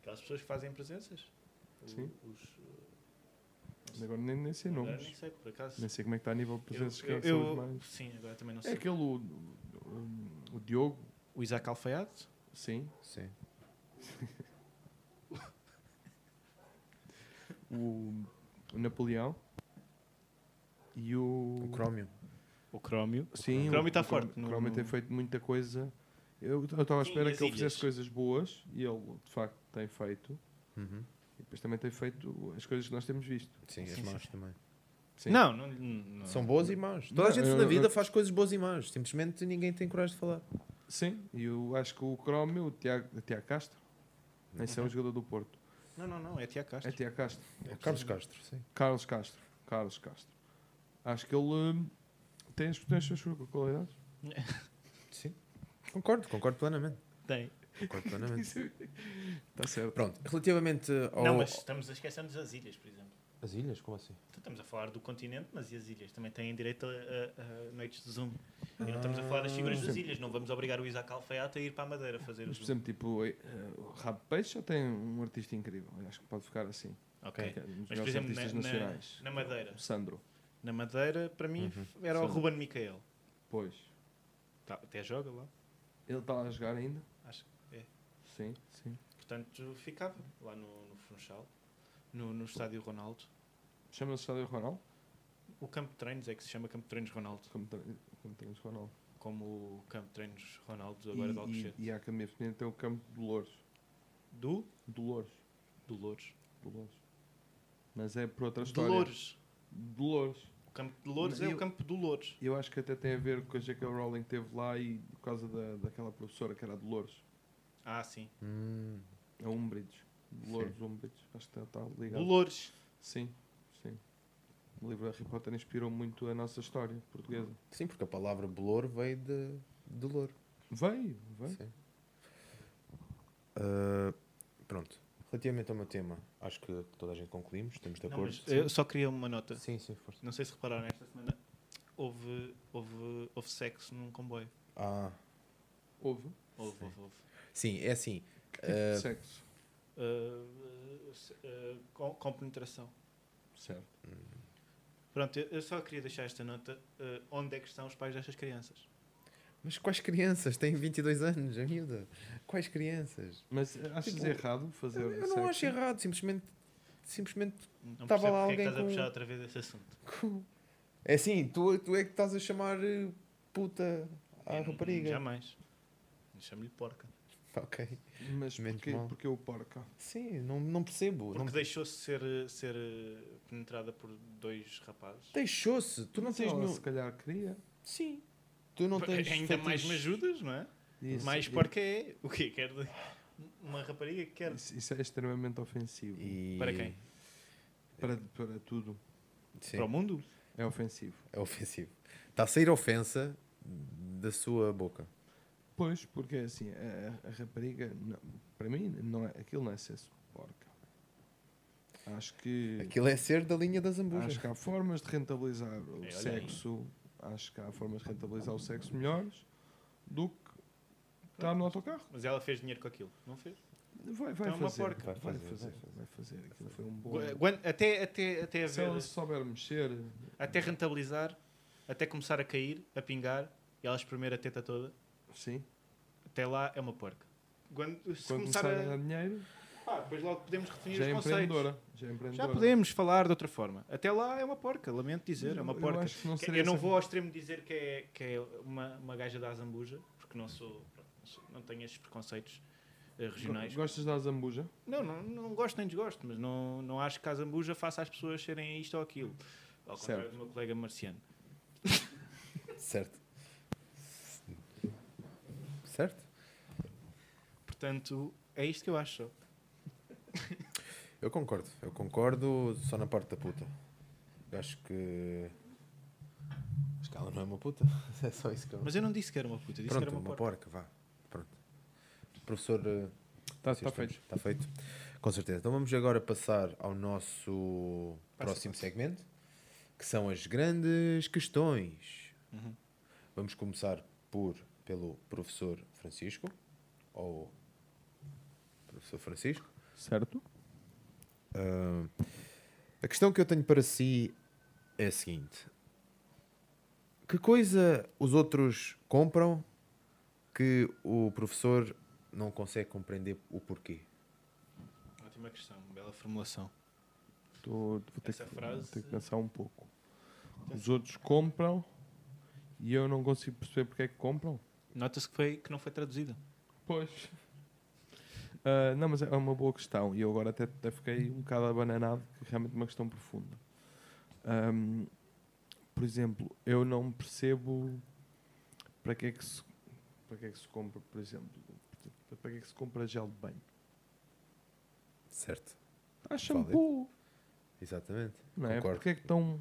[SPEAKER 3] aquelas pessoas que fazem presenças. O-
[SPEAKER 2] Sim.
[SPEAKER 3] Os, eh,
[SPEAKER 2] Agora nem, nem sei
[SPEAKER 3] agora nem
[SPEAKER 2] nomes.
[SPEAKER 3] sei, por acaso.
[SPEAKER 2] Nem sei como é que está a nível de presenças. Quem
[SPEAKER 3] eu,
[SPEAKER 2] é que são
[SPEAKER 3] eu-
[SPEAKER 2] os mais.
[SPEAKER 3] Sim, agora também não
[SPEAKER 2] É
[SPEAKER 3] sei.
[SPEAKER 2] aquele. O, o- o Diogo,
[SPEAKER 3] O Isaac Alfaiate?
[SPEAKER 2] sim.
[SPEAKER 1] Sim.
[SPEAKER 2] O, o Napoleão. E o.
[SPEAKER 1] O Chromium.
[SPEAKER 3] O Crómio.
[SPEAKER 2] Sim,
[SPEAKER 3] Chromie está
[SPEAKER 2] Chromie-
[SPEAKER 3] forte no-
[SPEAKER 2] Chromie tem
[SPEAKER 3] no-
[SPEAKER 2] feito muita coisa. Eu eu estava à
[SPEAKER 3] Sim,
[SPEAKER 2] espera
[SPEAKER 3] e as
[SPEAKER 2] que ele
[SPEAKER 3] ilhas?
[SPEAKER 2] fizesse coisas boas e ele, de facto, tem feito.
[SPEAKER 1] Uhum.
[SPEAKER 2] E depois também tem feito as coisas que nós temos visto.
[SPEAKER 1] Sim,
[SPEAKER 3] Sim,
[SPEAKER 1] as
[SPEAKER 3] sim,
[SPEAKER 1] más
[SPEAKER 3] sim.
[SPEAKER 1] também.
[SPEAKER 2] Sim.
[SPEAKER 3] Não, não, não.
[SPEAKER 1] São boas e más. Toda a
[SPEAKER 2] Não,
[SPEAKER 1] gente
[SPEAKER 2] eu-
[SPEAKER 1] na vida
[SPEAKER 2] eu-
[SPEAKER 1] faz coisas boas e más. Simplesmente ninguém tem coragem de falar.
[SPEAKER 2] Sim, e eu acho que o Chromio, o Tiago, o Tiago Castro, esse é um jogador do Porto.
[SPEAKER 3] Não, não, não, é Tia Castro.
[SPEAKER 2] É Tiago Castro.
[SPEAKER 1] O Carlos Castro, sim.
[SPEAKER 2] Carlos Castro. Carlos Castro. Acho que ele hum, tem as tem as suas qualidades.
[SPEAKER 1] Sim. Concordo, concordo plenamente.
[SPEAKER 3] Tem.
[SPEAKER 1] Concordo plenamente.
[SPEAKER 2] Está é Tá certo.
[SPEAKER 1] Pronto, relativamente
[SPEAKER 2] Oh.
[SPEAKER 1] ao.
[SPEAKER 3] Não, mas estamos a esquecermos as ilhas, por exemplo.
[SPEAKER 1] As ilhas, como assim?
[SPEAKER 3] Então, estamos a falar do continente, mas e as ilhas? Também têm direito a, a- a noites de Zoom. E não estamos a falar das figuras das
[SPEAKER 2] Ah, Sim.
[SPEAKER 3] ilhas. Não vamos obrigar o Isaac Alfaiate a ir para a Madeira fazer o
[SPEAKER 2] Mas, por
[SPEAKER 3] Zoom.
[SPEAKER 2] exemplo, tipo, eh, o Rabo de Peixe já tem um artista incrível. Eu Acho que pode ficar assim.
[SPEAKER 3] Ok.
[SPEAKER 2] Que é um dos
[SPEAKER 3] Mas, por
[SPEAKER 2] melhores
[SPEAKER 3] exemplo,
[SPEAKER 2] artistas
[SPEAKER 3] na- na-
[SPEAKER 2] nacionais.
[SPEAKER 3] na Madeira.
[SPEAKER 2] O Sandro.
[SPEAKER 3] Na Madeira, para mim,
[SPEAKER 1] Uhum.
[SPEAKER 3] f- era o
[SPEAKER 2] Sim.
[SPEAKER 3] Ruben Micael.
[SPEAKER 2] Pois.
[SPEAKER 3] Tá, até joga lá.
[SPEAKER 2] Ele está lá a jogar ainda?
[SPEAKER 3] Acho que é.
[SPEAKER 2] Sim, sim.
[SPEAKER 3] Portanto, ficava lá no, no Funchal, no, no estádio Ronaldo.
[SPEAKER 2] Chama-se Estádio Ronaldo?
[SPEAKER 3] O campo de treinos é que se chama Campo de Treinos Ronaldo,
[SPEAKER 2] Como, tra- como treinos Ronaldo.
[SPEAKER 3] como o Campo de Treinos Ronaldo agora de
[SPEAKER 2] E,
[SPEAKER 3] Alcochete.
[SPEAKER 2] e, e a Academia Feminina tem o campo de Dolores.
[SPEAKER 3] Do
[SPEAKER 2] Dolores.
[SPEAKER 3] Dolores.
[SPEAKER 2] Dolores. Mas é por outra história.
[SPEAKER 3] Dolores.
[SPEAKER 2] Dolores.
[SPEAKER 3] O campo de Dolores
[SPEAKER 2] Não,
[SPEAKER 3] é o
[SPEAKER 2] eu-
[SPEAKER 3] campo de Dolores.
[SPEAKER 2] Eu acho que até tem a ver com a J.K. Rowling que teve lá e por causa da, daquela professora que era a Dolores.
[SPEAKER 3] Ah, sim.
[SPEAKER 1] Hum,
[SPEAKER 2] A Umbridge. Dolores Umbridge. Acho que está, está ligado.
[SPEAKER 3] Dolores.
[SPEAKER 2] Sim, sim. O livro Harry Potter inspirou muito a nossa história portuguesa.
[SPEAKER 1] Sim, porque a palavra bolor veio de, de louro.
[SPEAKER 2] Veio, veio.
[SPEAKER 1] Sim. Ah, pronto. Relativamente ao meu tema, acho que toda a gente concluímos, estamos de
[SPEAKER 3] Não,
[SPEAKER 1] acordo.
[SPEAKER 3] mas eu só queria uma nota.
[SPEAKER 1] Sim, sim, força.
[SPEAKER 3] Não sei se repararam, esta semana houve, houve, houve sexo num comboio.
[SPEAKER 1] Ah,
[SPEAKER 2] Houve.
[SPEAKER 3] Houve, houve, houve.
[SPEAKER 1] sim, é assim.
[SPEAKER 2] Que tipo de
[SPEAKER 1] Ah,
[SPEAKER 2] sexo.
[SPEAKER 3] Ah, ah, se- ah, com, com penetração.
[SPEAKER 2] Certo.
[SPEAKER 3] Pronto, eu, eu só queria deixar esta nota. ah, onde é que estão os pais destas crianças?
[SPEAKER 1] Mas quais crianças? Tem 22 anos, a miúda. Quais crianças?
[SPEAKER 2] Mas eh, achas
[SPEAKER 1] Tipo,
[SPEAKER 2] errado fazer
[SPEAKER 1] Eu
[SPEAKER 2] sexo?
[SPEAKER 1] não acho errado, simplesmente. Simplesmente.
[SPEAKER 3] Não
[SPEAKER 1] Tava
[SPEAKER 3] percebo
[SPEAKER 1] lá
[SPEAKER 3] porque é
[SPEAKER 1] alguém
[SPEAKER 3] que estás a
[SPEAKER 1] com-
[SPEAKER 3] puxar outra vez esse assunto.
[SPEAKER 1] com- É assim, tu, tu é que estás a chamar eh, puta à
[SPEAKER 3] Eu não-
[SPEAKER 1] Ah, é rapariga.
[SPEAKER 3] Hum, Jamais. Chamo-lhe porca.
[SPEAKER 1] Ok.
[SPEAKER 2] Mas
[SPEAKER 1] Menos
[SPEAKER 2] porquê,
[SPEAKER 1] mal.
[SPEAKER 2] porquê o porca?
[SPEAKER 1] Sim, não, não percebo.
[SPEAKER 3] Porque
[SPEAKER 1] Não...
[SPEAKER 3] deixou-se ser, eh, ser eh, penetrada por dois rapazes.
[SPEAKER 1] Deixou-se. Tu não
[SPEAKER 2] Mas
[SPEAKER 1] tens
[SPEAKER 2] Então, ela,
[SPEAKER 1] nenhum.
[SPEAKER 2] Se calhar queria.
[SPEAKER 1] Sim. Tu não tens.
[SPEAKER 3] Ainda mais me
[SPEAKER 1] fetiche.
[SPEAKER 3] ajudas, não é?
[SPEAKER 2] Isso-
[SPEAKER 3] mais porca é. O quê? Quer de- Uma rapariga que quer.
[SPEAKER 2] Isso, isso é extremamente ofensivo.
[SPEAKER 1] E-
[SPEAKER 3] Para quem?
[SPEAKER 2] Para, para tudo.
[SPEAKER 1] Sim,
[SPEAKER 3] Para o mundo?
[SPEAKER 2] É ofensivo.
[SPEAKER 1] é ofensivo. Está a sair ofensa da sua boca.
[SPEAKER 2] Pois, porque assim, a, a rapariga, não- para mim, não é, aquilo não é ser porca. Acho que.
[SPEAKER 1] Aquilo é ser da linha das
[SPEAKER 2] Acho
[SPEAKER 1] ambujas.
[SPEAKER 2] que há formas de rentabilizar o
[SPEAKER 3] É, olha
[SPEAKER 2] sexo. Acho que há formas de rentabilizar o sexo melhores do que estar no autocarro.
[SPEAKER 3] Mas ela fez dinheiro com aquilo, não fez?
[SPEAKER 2] Vai, vai
[SPEAKER 3] Então é uma
[SPEAKER 2] fazer.
[SPEAKER 3] porca.
[SPEAKER 2] Vai
[SPEAKER 1] Vai
[SPEAKER 2] fazer,
[SPEAKER 1] fazer,
[SPEAKER 2] vai
[SPEAKER 1] vai
[SPEAKER 2] fazer. Aquilo foi um bom.
[SPEAKER 3] Gu- guan- Até, até, até
[SPEAKER 2] Se
[SPEAKER 3] haver,
[SPEAKER 2] ela souber mexer,
[SPEAKER 3] até rentabilizar, até começar a cair, a pingar, e ela espremer a teta toda,
[SPEAKER 2] sim.
[SPEAKER 3] até lá é uma porca. Quando, se
[SPEAKER 2] Quando
[SPEAKER 3] começar,
[SPEAKER 2] começar a
[SPEAKER 3] a...
[SPEAKER 2] dar dinheiro,
[SPEAKER 3] Pá, depois logo podemos definir
[SPEAKER 2] já é
[SPEAKER 3] os conceitos.
[SPEAKER 2] empreendedora. Já é
[SPEAKER 3] Já
[SPEAKER 2] empreendedora.
[SPEAKER 3] podemos falar de outra forma. Até lá é uma porca, lamento dizer, é
[SPEAKER 2] Eu-
[SPEAKER 3] uma
[SPEAKER 2] eu
[SPEAKER 3] porca.
[SPEAKER 2] acho que não
[SPEAKER 3] Que-
[SPEAKER 2] seria assim.
[SPEAKER 3] eu não
[SPEAKER 2] essa-
[SPEAKER 3] vou ao extremo dizer que é, que é uma, uma gaja da Azambuja, porque não sou, pronto, não sou- não tenho estes preconceitos eh, regionais.
[SPEAKER 2] Gostas da Zambuja?
[SPEAKER 3] Não, não, não gosto nem desgosto, mas não, não acho que a Azambuja faça as pessoas serem isto ou aquilo. Ao contrário
[SPEAKER 2] Certo.
[SPEAKER 3] do meu colega marciano.
[SPEAKER 1] Certo. Certo?
[SPEAKER 3] Portanto, é isto que eu acho. só.
[SPEAKER 1] Eu concordo. Eu concordo só na parte da puta. Eu acho que. Acho que ela não é uma puta. É só isso que eu.
[SPEAKER 3] Mas eu não disse que era uma puta, disse
[SPEAKER 1] Pronto,
[SPEAKER 3] que era
[SPEAKER 1] uma,
[SPEAKER 3] uma,
[SPEAKER 1] porca,
[SPEAKER 3] porca.
[SPEAKER 1] vá. Pronto. Professor. eh,
[SPEAKER 3] tá
[SPEAKER 2] Está feito.
[SPEAKER 1] Está tá feito. Com certeza. Então vamos agora passar ao nosso
[SPEAKER 3] Passa,
[SPEAKER 1] próximo segmento, que são as grandes questões.
[SPEAKER 3] Uhum.
[SPEAKER 1] Vamos começar por, pelo professor Francisco, ou professor Francisco.
[SPEAKER 2] Certo?
[SPEAKER 1] Ah, a questão que eu tenho para si é a seguinte: que coisa os outros compram que o professor não consegue compreender o porquê?
[SPEAKER 3] Ótima questão, bela formulação.
[SPEAKER 2] Tô, vou ter
[SPEAKER 3] Essa
[SPEAKER 2] que,
[SPEAKER 3] frase- Tá.
[SPEAKER 2] ter que pensar um pouco. Os outros compram e eu não consigo perceber porque é que compram.
[SPEAKER 3] Nota-se que, foi- que não foi traduzida.
[SPEAKER 2] Pois. Ah, não, mas é uma boa questão. E eu agora até, até fiquei um bocado abananado, que é realmente uma questão profunda. Ahm, por exemplo, eu não percebo para que é que se, para que é que se compra, por exemplo, para que é que se compra gel de banho.
[SPEAKER 1] Certo,
[SPEAKER 2] Há shampoo,
[SPEAKER 1] exatamente.
[SPEAKER 2] não é?
[SPEAKER 1] Ah, Concordo.
[SPEAKER 2] Porque é que, tão,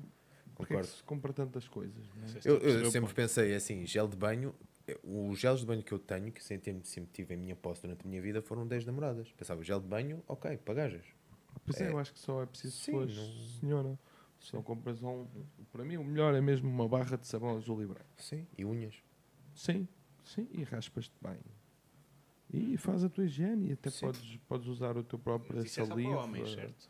[SPEAKER 2] porque é que
[SPEAKER 1] Concordo.
[SPEAKER 2] se compra tantas coisas? não é?
[SPEAKER 3] Não sei se
[SPEAKER 1] Eu,
[SPEAKER 3] estou a
[SPEAKER 1] eu
[SPEAKER 3] perceber o
[SPEAKER 1] sempre
[SPEAKER 3] ponto.
[SPEAKER 1] pensei assim: gel de banho. eu- Os gelos de banho que eu tenho, que sempre, tive- sempre tive em minha posse durante a minha vida, foram 10 namoradas. Pensava, gel de banho, ok, pagajas.
[SPEAKER 2] Pois é,
[SPEAKER 1] É.
[SPEAKER 2] eu acho que só é preciso
[SPEAKER 1] Sim,
[SPEAKER 2] suas,
[SPEAKER 1] não-
[SPEAKER 2] senhora. Se não compras um. Para mim, o melhor é mesmo uma barra de sabão azul e branco.
[SPEAKER 1] Sim, e unhas.
[SPEAKER 2] Sim, sim, e raspas-te bem. E faz a tua higiene e até
[SPEAKER 1] Sim.
[SPEAKER 2] podes, podes usar o teu próprio
[SPEAKER 3] Mas isso é só para
[SPEAKER 2] saliva.
[SPEAKER 3] homens, certo?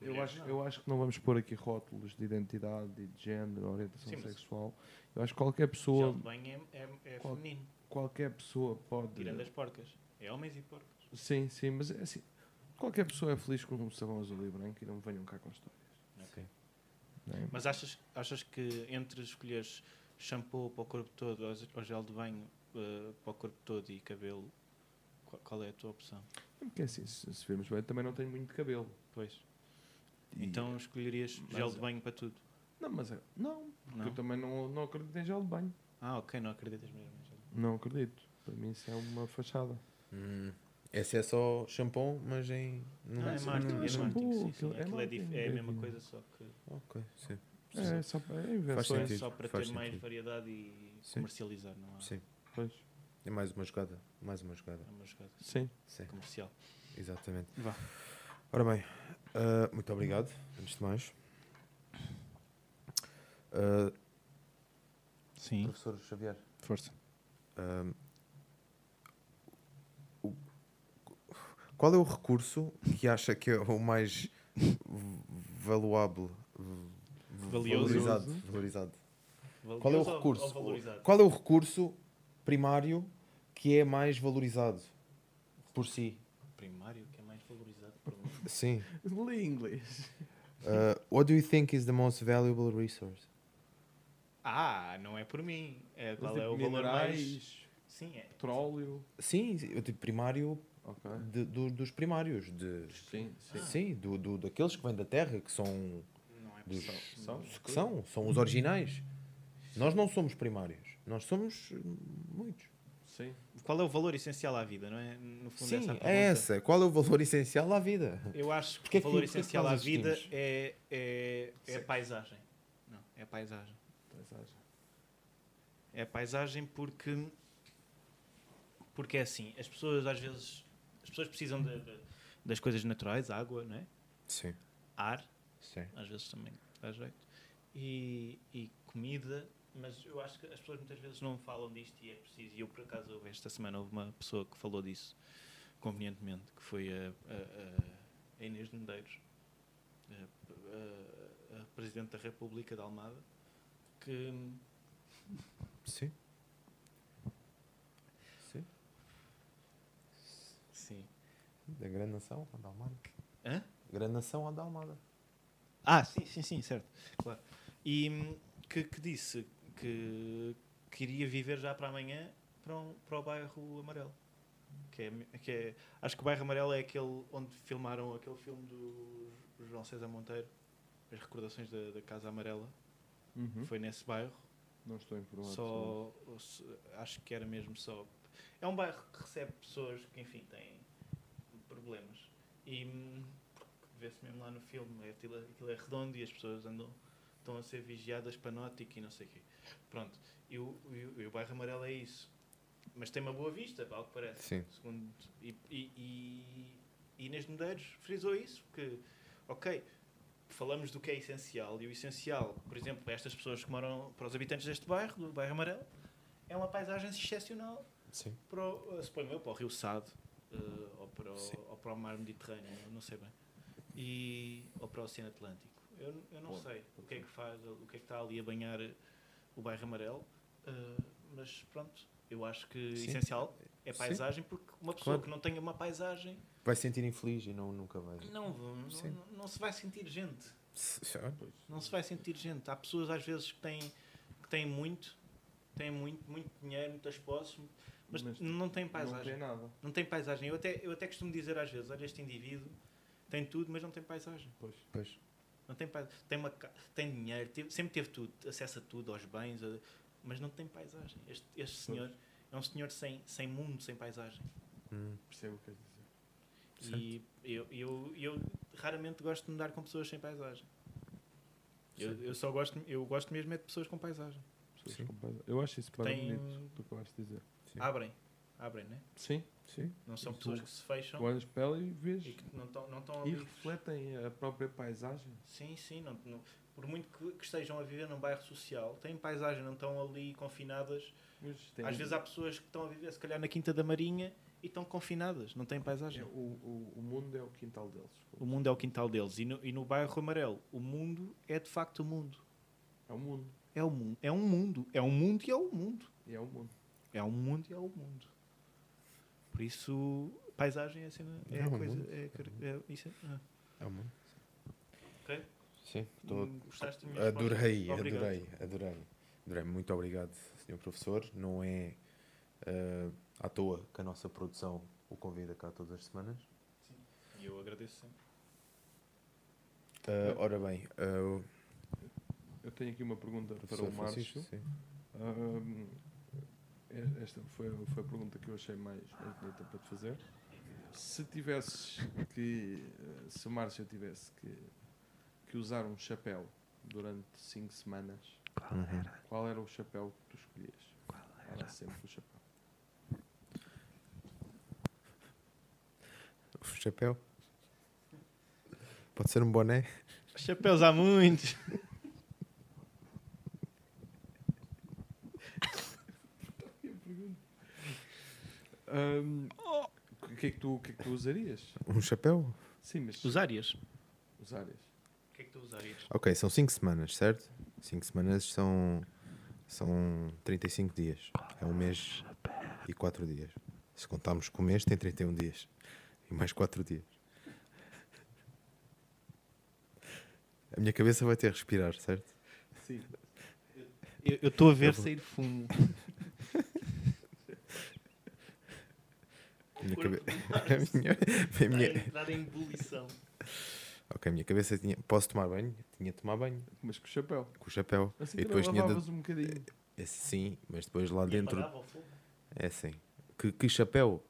[SPEAKER 2] eu, acho,
[SPEAKER 3] Não.
[SPEAKER 2] eu acho que não vamos pôr aqui rótulos de identidade, e de género, orientação
[SPEAKER 3] Sim, mas-
[SPEAKER 2] sexual. Eu acho que qualquer
[SPEAKER 3] Gel
[SPEAKER 2] pessoa,
[SPEAKER 3] de banho é, é, é
[SPEAKER 2] Qual-
[SPEAKER 3] feminino,
[SPEAKER 2] qualquer pessoa pode.
[SPEAKER 3] tirando as porcas. É homens e porcas.
[SPEAKER 2] Sim, sim, mas é assim. Qualquer pessoa é feliz com um sabão azul e branco e não me venham cá com histórias.
[SPEAKER 3] Ok.
[SPEAKER 2] não é?
[SPEAKER 3] Mas achas, achas que entre escolheres shampoo para o corpo todo ou ou gel de banho eh, para o corpo todo e cabelo, qual, qual é a tua opção?
[SPEAKER 2] Porque assim, se, se virmos bem, eu também não tenho muito cabelo.
[SPEAKER 3] Pois.
[SPEAKER 2] E-
[SPEAKER 3] Então escolherias
[SPEAKER 2] Mas
[SPEAKER 3] gel de
[SPEAKER 2] é.
[SPEAKER 3] banho para tudo?
[SPEAKER 2] Não, mas é- não, porque
[SPEAKER 3] Não?
[SPEAKER 2] eu também não, não acredito em gel de banho.
[SPEAKER 3] Ah, ok, não acreditas mesmo. em gel de banho.
[SPEAKER 2] Não acredito. Para mim isso é uma fachada.
[SPEAKER 1] Hum, esse é só shampoo, mas em. num-
[SPEAKER 3] Não, é
[SPEAKER 2] mas
[SPEAKER 3] marketing, é
[SPEAKER 2] aquilo é
[SPEAKER 3] marketing.
[SPEAKER 2] shampoo,
[SPEAKER 3] Sim, sim.
[SPEAKER 2] aquilo é
[SPEAKER 3] Aquilo é, dif-
[SPEAKER 2] marketing,
[SPEAKER 3] é a
[SPEAKER 2] é
[SPEAKER 3] mesma
[SPEAKER 2] aquilo.
[SPEAKER 3] coisa, só que
[SPEAKER 1] Ok, sim.
[SPEAKER 2] É, só, é
[SPEAKER 1] Faz
[SPEAKER 3] só,
[SPEAKER 2] invenções.
[SPEAKER 1] sentido,
[SPEAKER 3] só para ter
[SPEAKER 1] faz
[SPEAKER 3] mais
[SPEAKER 1] sentido.
[SPEAKER 3] variedade e
[SPEAKER 1] Sim.
[SPEAKER 3] comercializar, não há,
[SPEAKER 1] Sim.
[SPEAKER 2] Pois.
[SPEAKER 1] É mais uma jogada. Mais uma jogada.
[SPEAKER 3] há uma jogada
[SPEAKER 2] Sim.
[SPEAKER 1] Sim,
[SPEAKER 3] comercial.
[SPEAKER 1] exatamente.
[SPEAKER 3] Vá.
[SPEAKER 1] Ora bem, ah, muito obrigado, antes de mais. Ah,
[SPEAKER 3] Sim,
[SPEAKER 1] professor Xavier,
[SPEAKER 3] força.
[SPEAKER 1] ah, o- qual é o recurso que acha que é o mais v- valuável? v-
[SPEAKER 3] Valioso.
[SPEAKER 1] Valorizado,
[SPEAKER 2] Valioso.
[SPEAKER 1] valorizado. Qual é o
[SPEAKER 3] Valioso ou-
[SPEAKER 1] recurso?
[SPEAKER 3] ou valorizado?
[SPEAKER 1] Qual é o recurso primário que é mais valorizado por si?
[SPEAKER 3] Primário que é mais valorizado por mim.
[SPEAKER 1] Sim.
[SPEAKER 2] Lê inglês.
[SPEAKER 1] Uh, what do you think is the most valuable resource?
[SPEAKER 3] Ah, não é por mim. É, qual é o valor mais.
[SPEAKER 2] minerais,
[SPEAKER 3] Sim, é.
[SPEAKER 2] petróleo.
[SPEAKER 1] Sim, eu digo primário
[SPEAKER 2] Ok.
[SPEAKER 1] de- do- dos primários. De,
[SPEAKER 2] Sim, Ah. sim.
[SPEAKER 1] Sim, do, do- daqueles que vêm da terra, que são,
[SPEAKER 3] Não é
[SPEAKER 1] Dos-
[SPEAKER 3] possível.
[SPEAKER 2] são-
[SPEAKER 1] que são, são os originais. Nós não somos primários, nós somos hum, muitos.
[SPEAKER 2] Sim.
[SPEAKER 3] Qual é o valor essencial à vida, não é? No fundo,
[SPEAKER 1] Sim,
[SPEAKER 3] essa a pergunta.
[SPEAKER 1] é essa. Qual é o valor essencial à vida?
[SPEAKER 3] Eu acho que
[SPEAKER 1] Porquê
[SPEAKER 3] o
[SPEAKER 1] que-
[SPEAKER 3] valor
[SPEAKER 1] porquê que
[SPEAKER 3] essencial
[SPEAKER 1] nós
[SPEAKER 3] à vida
[SPEAKER 1] existimos?
[SPEAKER 3] é, é, é a
[SPEAKER 2] Sim.
[SPEAKER 3] paisagem. Não, é a paisagem.
[SPEAKER 2] Paisagem.
[SPEAKER 3] É a paisagem porque Porque é assim, as pessoas às vezes as pessoas precisam de- de- das coisas naturais, água, não é?
[SPEAKER 1] Sim,
[SPEAKER 3] ar,
[SPEAKER 1] sim.
[SPEAKER 3] às vezes também dá jeito, e, e comida, mas eu acho que as pessoas muitas vezes não falam disto e é preciso. E eu, por acaso, houve esta semana houve uma pessoa que falou disso convenientemente, que foi a, a, a- a Inês de Medeiros, a, a- a Presidente da República de Almada, que
[SPEAKER 1] Sim. Sim.
[SPEAKER 3] sim.
[SPEAKER 1] Da grande nação, a Almada.
[SPEAKER 3] Hã?
[SPEAKER 1] Grande nação, a Almada.
[SPEAKER 3] Ah, sim, sim, sim, certo. Claro. E hum, que, que disse que queria viver já para amanhã para, um- para o bairro Amarelo. Que é, mi- que é- acho que o bairro Amarelo é aquele onde filmaram aquele filme do João César Monteiro, As Recordações da, da Casa Amarela.
[SPEAKER 2] Uhum.
[SPEAKER 3] Foi nesse bairro.
[SPEAKER 2] Não estou informado. sobre
[SPEAKER 3] Só, se- acho que era mesmo só. É um bairro que recebe pessoas que, enfim, têm problemas. E hum, porque vê-se mesmo lá no filme, é aquilo, aquilo é redondo e as pessoas andam, estão a ser vigiadas panótico e não sei o quê. Pronto, e o, e o- e o bairro amarelo é isso. Mas tem uma boa vista, ao que parece.
[SPEAKER 1] Sim.
[SPEAKER 3] Segundo, e, e, e Inês de Medeiros frisou isso, que, ok, falamos do que é essencial, e o essencial, por exemplo, para estas pessoas que moram, para os habitantes deste bairro, do bairro amarelo, é uma paisagem excepcional,
[SPEAKER 1] Sim.
[SPEAKER 3] para o, eh, suponho eu, para o Rio Sado, eh, ou, para o,
[SPEAKER 1] Sim.
[SPEAKER 3] ou para o Mar Mediterrâneo, eu não sei bem, e, ou para o Oceano Atlântico. Eu, n- eu não
[SPEAKER 2] Bom,
[SPEAKER 3] sei o que é que faz, o que é que está ali a banhar eh, o bairro amarelo, eh, mas pronto, eu acho que
[SPEAKER 1] Sim.
[SPEAKER 3] essencial é
[SPEAKER 1] Sim.
[SPEAKER 3] paisagem, porque uma pessoa
[SPEAKER 1] Claro.
[SPEAKER 3] que não tenha uma paisagem
[SPEAKER 1] Vai se sentir infeliz e não, nunca vai.
[SPEAKER 3] não, não,
[SPEAKER 1] Sim.
[SPEAKER 3] não- não se vai sentir gente.
[SPEAKER 1] Se- já-
[SPEAKER 3] Não se vai sentir gente. Há pessoas às vezes que têm, que têm muito, têm muito, muito dinheiro, muitas posses, mas,
[SPEAKER 2] Mas
[SPEAKER 3] não têm
[SPEAKER 2] isso. Não
[SPEAKER 3] paisagem.
[SPEAKER 2] tem nada.
[SPEAKER 3] Não tem paisagem. Eu até, eu até costumo dizer às vezes, olha, este indivíduo tem tudo, mas não tem paisagem.
[SPEAKER 2] Pois.
[SPEAKER 1] Pois.
[SPEAKER 3] Não tem paisagem. Tem, uma, ca- tem dinheiro, teve- sempre teve tudo, acesso a tudo, aos bens, a- mas não tem paisagem. Este, este senhor é um senhor sem, sem mundo, sem paisagem.
[SPEAKER 1] Hum.
[SPEAKER 2] Percebo o que queres dizer.
[SPEAKER 3] E eu, eu, eu raramente gosto de mudar com pessoas sem paisagem. Eu, eu só gosto, eu gosto mesmo é de pessoas com paisagem.
[SPEAKER 2] Pessoas
[SPEAKER 1] Sim.
[SPEAKER 2] com paisagem. Eu acho isso bem
[SPEAKER 3] Tem-
[SPEAKER 2] bonito do que acabaste de dizer.
[SPEAKER 1] Sim.
[SPEAKER 3] Abrem, abrem, né?
[SPEAKER 2] Sim.
[SPEAKER 1] Sim.
[SPEAKER 3] Não são
[SPEAKER 2] Tu-
[SPEAKER 3] pessoas que se
[SPEAKER 2] Tu
[SPEAKER 3] fecham
[SPEAKER 2] olhas para ela e vês.
[SPEAKER 3] e que não estão não tão
[SPEAKER 2] E
[SPEAKER 3] ali.
[SPEAKER 2] refletem a própria paisagem.
[SPEAKER 3] Sim, sim. Não, não- por muito que, que estejam a viver num bairro social, têm paisagem, não estão ali confinadas.
[SPEAKER 2] Mas tem-
[SPEAKER 3] Às vezes há pessoas que estão a viver, se calhar, na Quinta da Marinha e estão confinadas, não têm
[SPEAKER 2] é,
[SPEAKER 3] paisagem.
[SPEAKER 2] o, o, o mundo é o quintal deles.
[SPEAKER 3] O mundo é o quintal deles. E no, e no bairro amarelo, o mundo é de facto o mundo.
[SPEAKER 2] É o mundo.
[SPEAKER 3] É, o mundo. é um mundo. É um mundo e é o mundo.
[SPEAKER 2] E é o mundo.
[SPEAKER 3] É um mundo e é o mundo. Por isso, paisagem é a cena. É,
[SPEAKER 1] É
[SPEAKER 3] a
[SPEAKER 1] um
[SPEAKER 3] coisa.
[SPEAKER 1] mundo.
[SPEAKER 3] É, a car- é, isso é, ah.
[SPEAKER 1] É uma.
[SPEAKER 3] Ok?
[SPEAKER 1] Sim. Estou
[SPEAKER 3] Hum, Gostaste da minha resposta?
[SPEAKER 1] Adorei,
[SPEAKER 3] Obrigado.
[SPEAKER 1] adorei, adorei, adorei. Muito obrigado, senhor professor. Não é ah, à toa que a nossa produção o convida cá todas as semanas.
[SPEAKER 3] E eu agradeço sempre.
[SPEAKER 1] Ah, ora bem, ah, o
[SPEAKER 2] Eu tenho aqui uma pergunta para
[SPEAKER 1] professor
[SPEAKER 2] o Márcio.
[SPEAKER 1] Francisco. Sim.
[SPEAKER 2] Ahm, Ah, esta foi, foi a pergunta que eu achei mais, mais bonita para te fazer. Se tivesses que. eh, Se o Márcio tivesse que, que usar um chapéu durante 5 semanas,
[SPEAKER 1] Uhum.
[SPEAKER 2] qual era o chapéu que tu escolhias? Era sempre o chapéu.
[SPEAKER 1] O chapéu. Pode ser um boné?
[SPEAKER 3] Chapéus há muitos.
[SPEAKER 2] Ahm, O que, é que tu, o que é que tu usarias?
[SPEAKER 1] Um chapéu?
[SPEAKER 2] Sim, mas
[SPEAKER 3] Usarias?
[SPEAKER 2] usares.
[SPEAKER 3] O que é que tu usarias?
[SPEAKER 1] Ok, são 5 semanas, certo? 5 semanas são, são 35 dias. É um mês e 4 dias. Se contarmos com o mês, tem 31 dias. E mais 4 dias. A minha cabeça vai ter a respirar, certo?
[SPEAKER 2] Sim.
[SPEAKER 3] Eu estou a ver
[SPEAKER 1] Eu vou-
[SPEAKER 3] sair fumo.
[SPEAKER 1] A minha, cabe... É a minha- a minha-
[SPEAKER 3] entrar em ebulição.
[SPEAKER 1] Ok, a minha cabeça tinha. Posso tomar banho? Tinha de tomar banho
[SPEAKER 2] Mas com o chapéu.
[SPEAKER 1] com o chapéu.
[SPEAKER 2] Assim
[SPEAKER 1] e
[SPEAKER 2] que
[SPEAKER 1] depois tinha de.
[SPEAKER 2] lavavas um bocadinho.
[SPEAKER 1] Esse sim, mas depois lá dentro
[SPEAKER 3] apagava o fogo.
[SPEAKER 1] É sim. Que, que chapéu?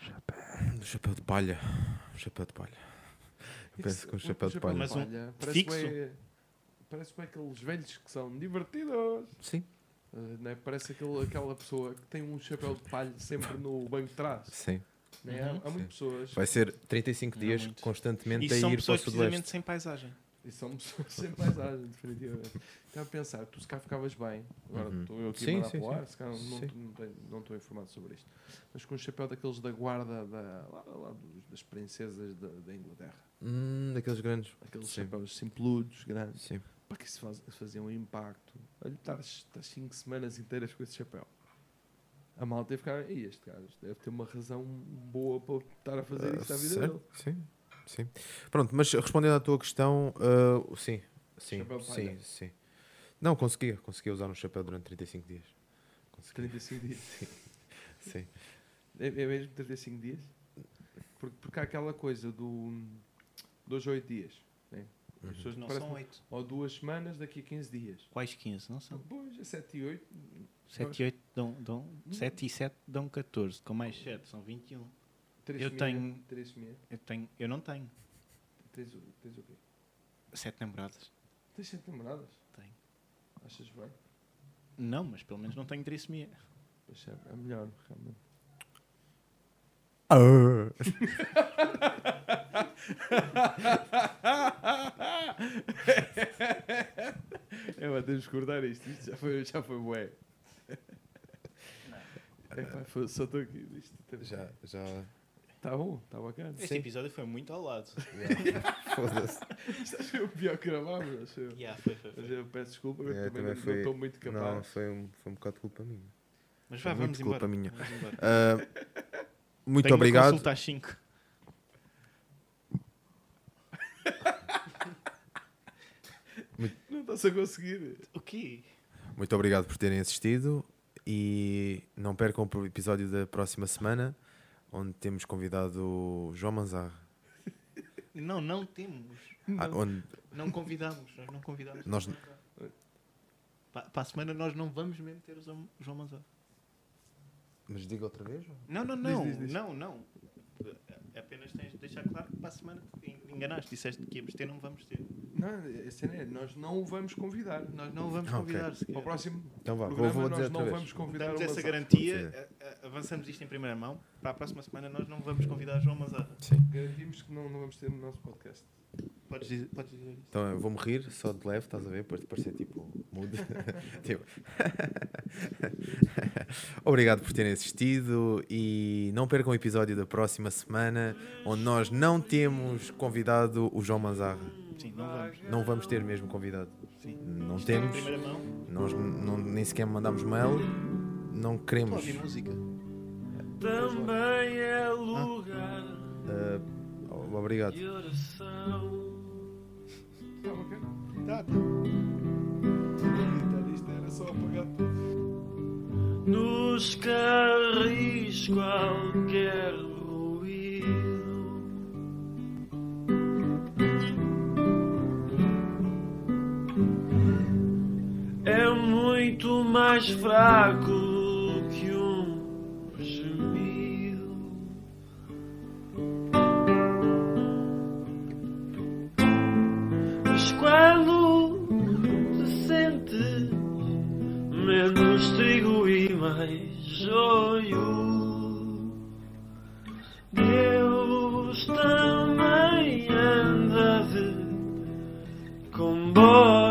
[SPEAKER 1] Chapéu. Chapéu de palha. Chapéu de palha. Eu penso que um chapéu de palha.
[SPEAKER 3] Mas um
[SPEAKER 2] palha parece
[SPEAKER 3] fixo?
[SPEAKER 2] bué- Parece bem aqueles velhos que são divertidos.
[SPEAKER 1] Sim.
[SPEAKER 2] Uh, né? Parece aquele, aquela pessoa que tem um chapéu de palha sempre no banco de trás.
[SPEAKER 1] Sim.
[SPEAKER 2] Né? Há- Há,
[SPEAKER 1] Uhum, Sim.
[SPEAKER 2] muitas pessoas.
[SPEAKER 1] Vai ser 35
[SPEAKER 3] Não
[SPEAKER 1] dias
[SPEAKER 3] muito.
[SPEAKER 1] constantemente
[SPEAKER 3] E
[SPEAKER 1] a
[SPEAKER 3] são
[SPEAKER 1] ir para o
[SPEAKER 3] pessoas
[SPEAKER 1] sudoeste.
[SPEAKER 3] precisamente sem paisagem.
[SPEAKER 2] E são pessoas sem paisagem, definitivamente. Estava a pensar, tu se cá ficavas bem. Agora
[SPEAKER 1] Uhum.
[SPEAKER 2] estou eu aqui
[SPEAKER 1] Sim,
[SPEAKER 2] a mandar
[SPEAKER 1] sim,
[SPEAKER 2] para o
[SPEAKER 1] sim.
[SPEAKER 2] ar, se cá não- não
[SPEAKER 1] Sim.
[SPEAKER 2] estou- não tenho- não estou informado sobre isto. Mas com um chapéu daqueles da guarda da, lá, lá dos- das princesas da, da Inglaterra.
[SPEAKER 1] Hum, daqueles grandes.
[SPEAKER 2] Aqueles
[SPEAKER 1] Sim.
[SPEAKER 2] chapéus simpludos, grandes.
[SPEAKER 1] Sim.
[SPEAKER 2] Para que isso faz, fazia um impacto. Olha, estás 5 semanas inteiras com esse chapéu. A malta ia ficar, e este gajo deve ter uma razão boa para estar a fazer
[SPEAKER 1] Ah,
[SPEAKER 2] isto à vida
[SPEAKER 1] Certo,
[SPEAKER 2] dele.
[SPEAKER 1] Sim, sim. Pronto, mas respondendo à tua questão, ah, sim, sim,
[SPEAKER 2] Chapéu de
[SPEAKER 1] sim,
[SPEAKER 2] palha.
[SPEAKER 1] sim. Não, conseguia, conseguia usar um chapéu durante 35 dias. Consegui,
[SPEAKER 2] 35 dias.
[SPEAKER 1] sim.
[SPEAKER 2] É, é mesmo 35 dias? Porque, porque há aquela coisa do 2 a 8 dias. né?
[SPEAKER 1] Uhum.
[SPEAKER 2] As pessoas
[SPEAKER 3] Não
[SPEAKER 2] parecem-
[SPEAKER 3] são oito.
[SPEAKER 2] Ou duas semanas daqui a 15 dias.
[SPEAKER 3] Quais 15? Não são.
[SPEAKER 2] Depois é 7 e 8.
[SPEAKER 3] 7 e 8 dão, dão, 7 e 7 dão 14. Com mais 7 são 21.
[SPEAKER 2] 3
[SPEAKER 3] Eu tenho-
[SPEAKER 2] 3 meses.
[SPEAKER 3] Eu, tenho, eu não tenho
[SPEAKER 2] 3 o tens o quê?
[SPEAKER 3] 7 namoradas.
[SPEAKER 2] Tens 7 namoradas?
[SPEAKER 3] Tenho.
[SPEAKER 2] Achas bem?
[SPEAKER 3] Não, mas pelo menos não tenho trissomia.
[SPEAKER 2] Pois é, é melhor, realmente. é, mas temos que cortar isto. Isto já foi, já foi bué. É, pá, foi- só estou aqui. Isto tem-
[SPEAKER 1] Já, já.
[SPEAKER 2] Tá bom, tá bacana.
[SPEAKER 3] Este
[SPEAKER 1] Sim.
[SPEAKER 3] episódio foi muito ao lado.
[SPEAKER 1] já. Foda-se.
[SPEAKER 2] Isto acho que foi o pior que gravámos, acho eu.
[SPEAKER 3] Yeah, foi, foi,
[SPEAKER 2] Mas
[SPEAKER 3] foi.
[SPEAKER 2] eu peço desculpa,
[SPEAKER 1] É,
[SPEAKER 2] eu
[SPEAKER 1] também
[SPEAKER 2] também não- não
[SPEAKER 1] foi-
[SPEAKER 2] estou muito
[SPEAKER 1] Não,
[SPEAKER 2] capaz.
[SPEAKER 1] foi um, foi um bocado de culpa minha.
[SPEAKER 3] Mas vá,
[SPEAKER 1] Muito
[SPEAKER 3] vamos
[SPEAKER 1] culpa
[SPEAKER 3] embora.
[SPEAKER 1] minha.
[SPEAKER 3] Vamos embora.
[SPEAKER 1] Ah, muito
[SPEAKER 3] Tenho uma
[SPEAKER 1] obrigado.
[SPEAKER 3] Consulta às 5.
[SPEAKER 2] Não está-se a conseguir.
[SPEAKER 3] O quê?
[SPEAKER 1] Muito obrigado por terem assistido e não percam o episódio da próxima semana, onde temos convidado o João Manzarra.
[SPEAKER 3] Não, não temos.
[SPEAKER 1] Ah,
[SPEAKER 2] Não.
[SPEAKER 1] onde
[SPEAKER 3] Não convidamos. Nós não convidamos.
[SPEAKER 1] Nós-
[SPEAKER 3] Para, para a semana nós não vamos mesmo ter o João João Manzar.
[SPEAKER 1] Mas diga outra vez? João.
[SPEAKER 3] Não, não, não.
[SPEAKER 2] diz, diz.
[SPEAKER 3] Não, não. É Apenas tens de deixar claro que para a semana en- enganaste. Disseste que íamos ter, não vamos ter.
[SPEAKER 2] Não, a cena é, nós não o vamos convidar. Nós
[SPEAKER 3] Não o vamos
[SPEAKER 1] Ah, ok.
[SPEAKER 3] convidar sequer.
[SPEAKER 2] Para o próximo
[SPEAKER 1] Então vá, vou,
[SPEAKER 2] programa
[SPEAKER 1] vou dizer
[SPEAKER 2] nós
[SPEAKER 1] outra
[SPEAKER 2] não
[SPEAKER 1] vez.
[SPEAKER 2] vamos convidar
[SPEAKER 3] Damos
[SPEAKER 2] o
[SPEAKER 3] essa
[SPEAKER 2] Mazar.
[SPEAKER 3] garantia, a- a- avançamos isto em primeira mão. Para a próxima semana nós não vamos convidar João Mazar.
[SPEAKER 1] Sim.
[SPEAKER 2] Garantimos que não, não vamos ter no nosso podcast.
[SPEAKER 3] Podes dizer, podes dizer isso.
[SPEAKER 1] Então eu vou-me rir só de leve, estás a ver? Para parecer tipo mudo. Tipo. obrigado por terem assistido e não percam o episódio da próxima semana, onde nós não temos convidado o João Manzarra.
[SPEAKER 3] Sim, não vamos.
[SPEAKER 1] Não vamos ter mesmo convidado.
[SPEAKER 3] Sim.
[SPEAKER 1] Não
[SPEAKER 3] Isto é em
[SPEAKER 1] temos.
[SPEAKER 3] primeira mão.
[SPEAKER 1] Nós n- não- nem sequer mandámos mail, não
[SPEAKER 3] Estou a
[SPEAKER 1] queremos.
[SPEAKER 3] ouvir música.
[SPEAKER 4] Também é lugar
[SPEAKER 1] Ah,
[SPEAKER 3] é?
[SPEAKER 1] oh, obrigado.
[SPEAKER 4] de oração.
[SPEAKER 2] Tá bacana.
[SPEAKER 3] Tá, tá.
[SPEAKER 2] Editar isto era só apagar tudo.
[SPEAKER 4] Nos carris qualquer ruído. É muito mais fraco que um gemido. Mas quando se sente menos trigo e mais joio. Deus também anda de comboio.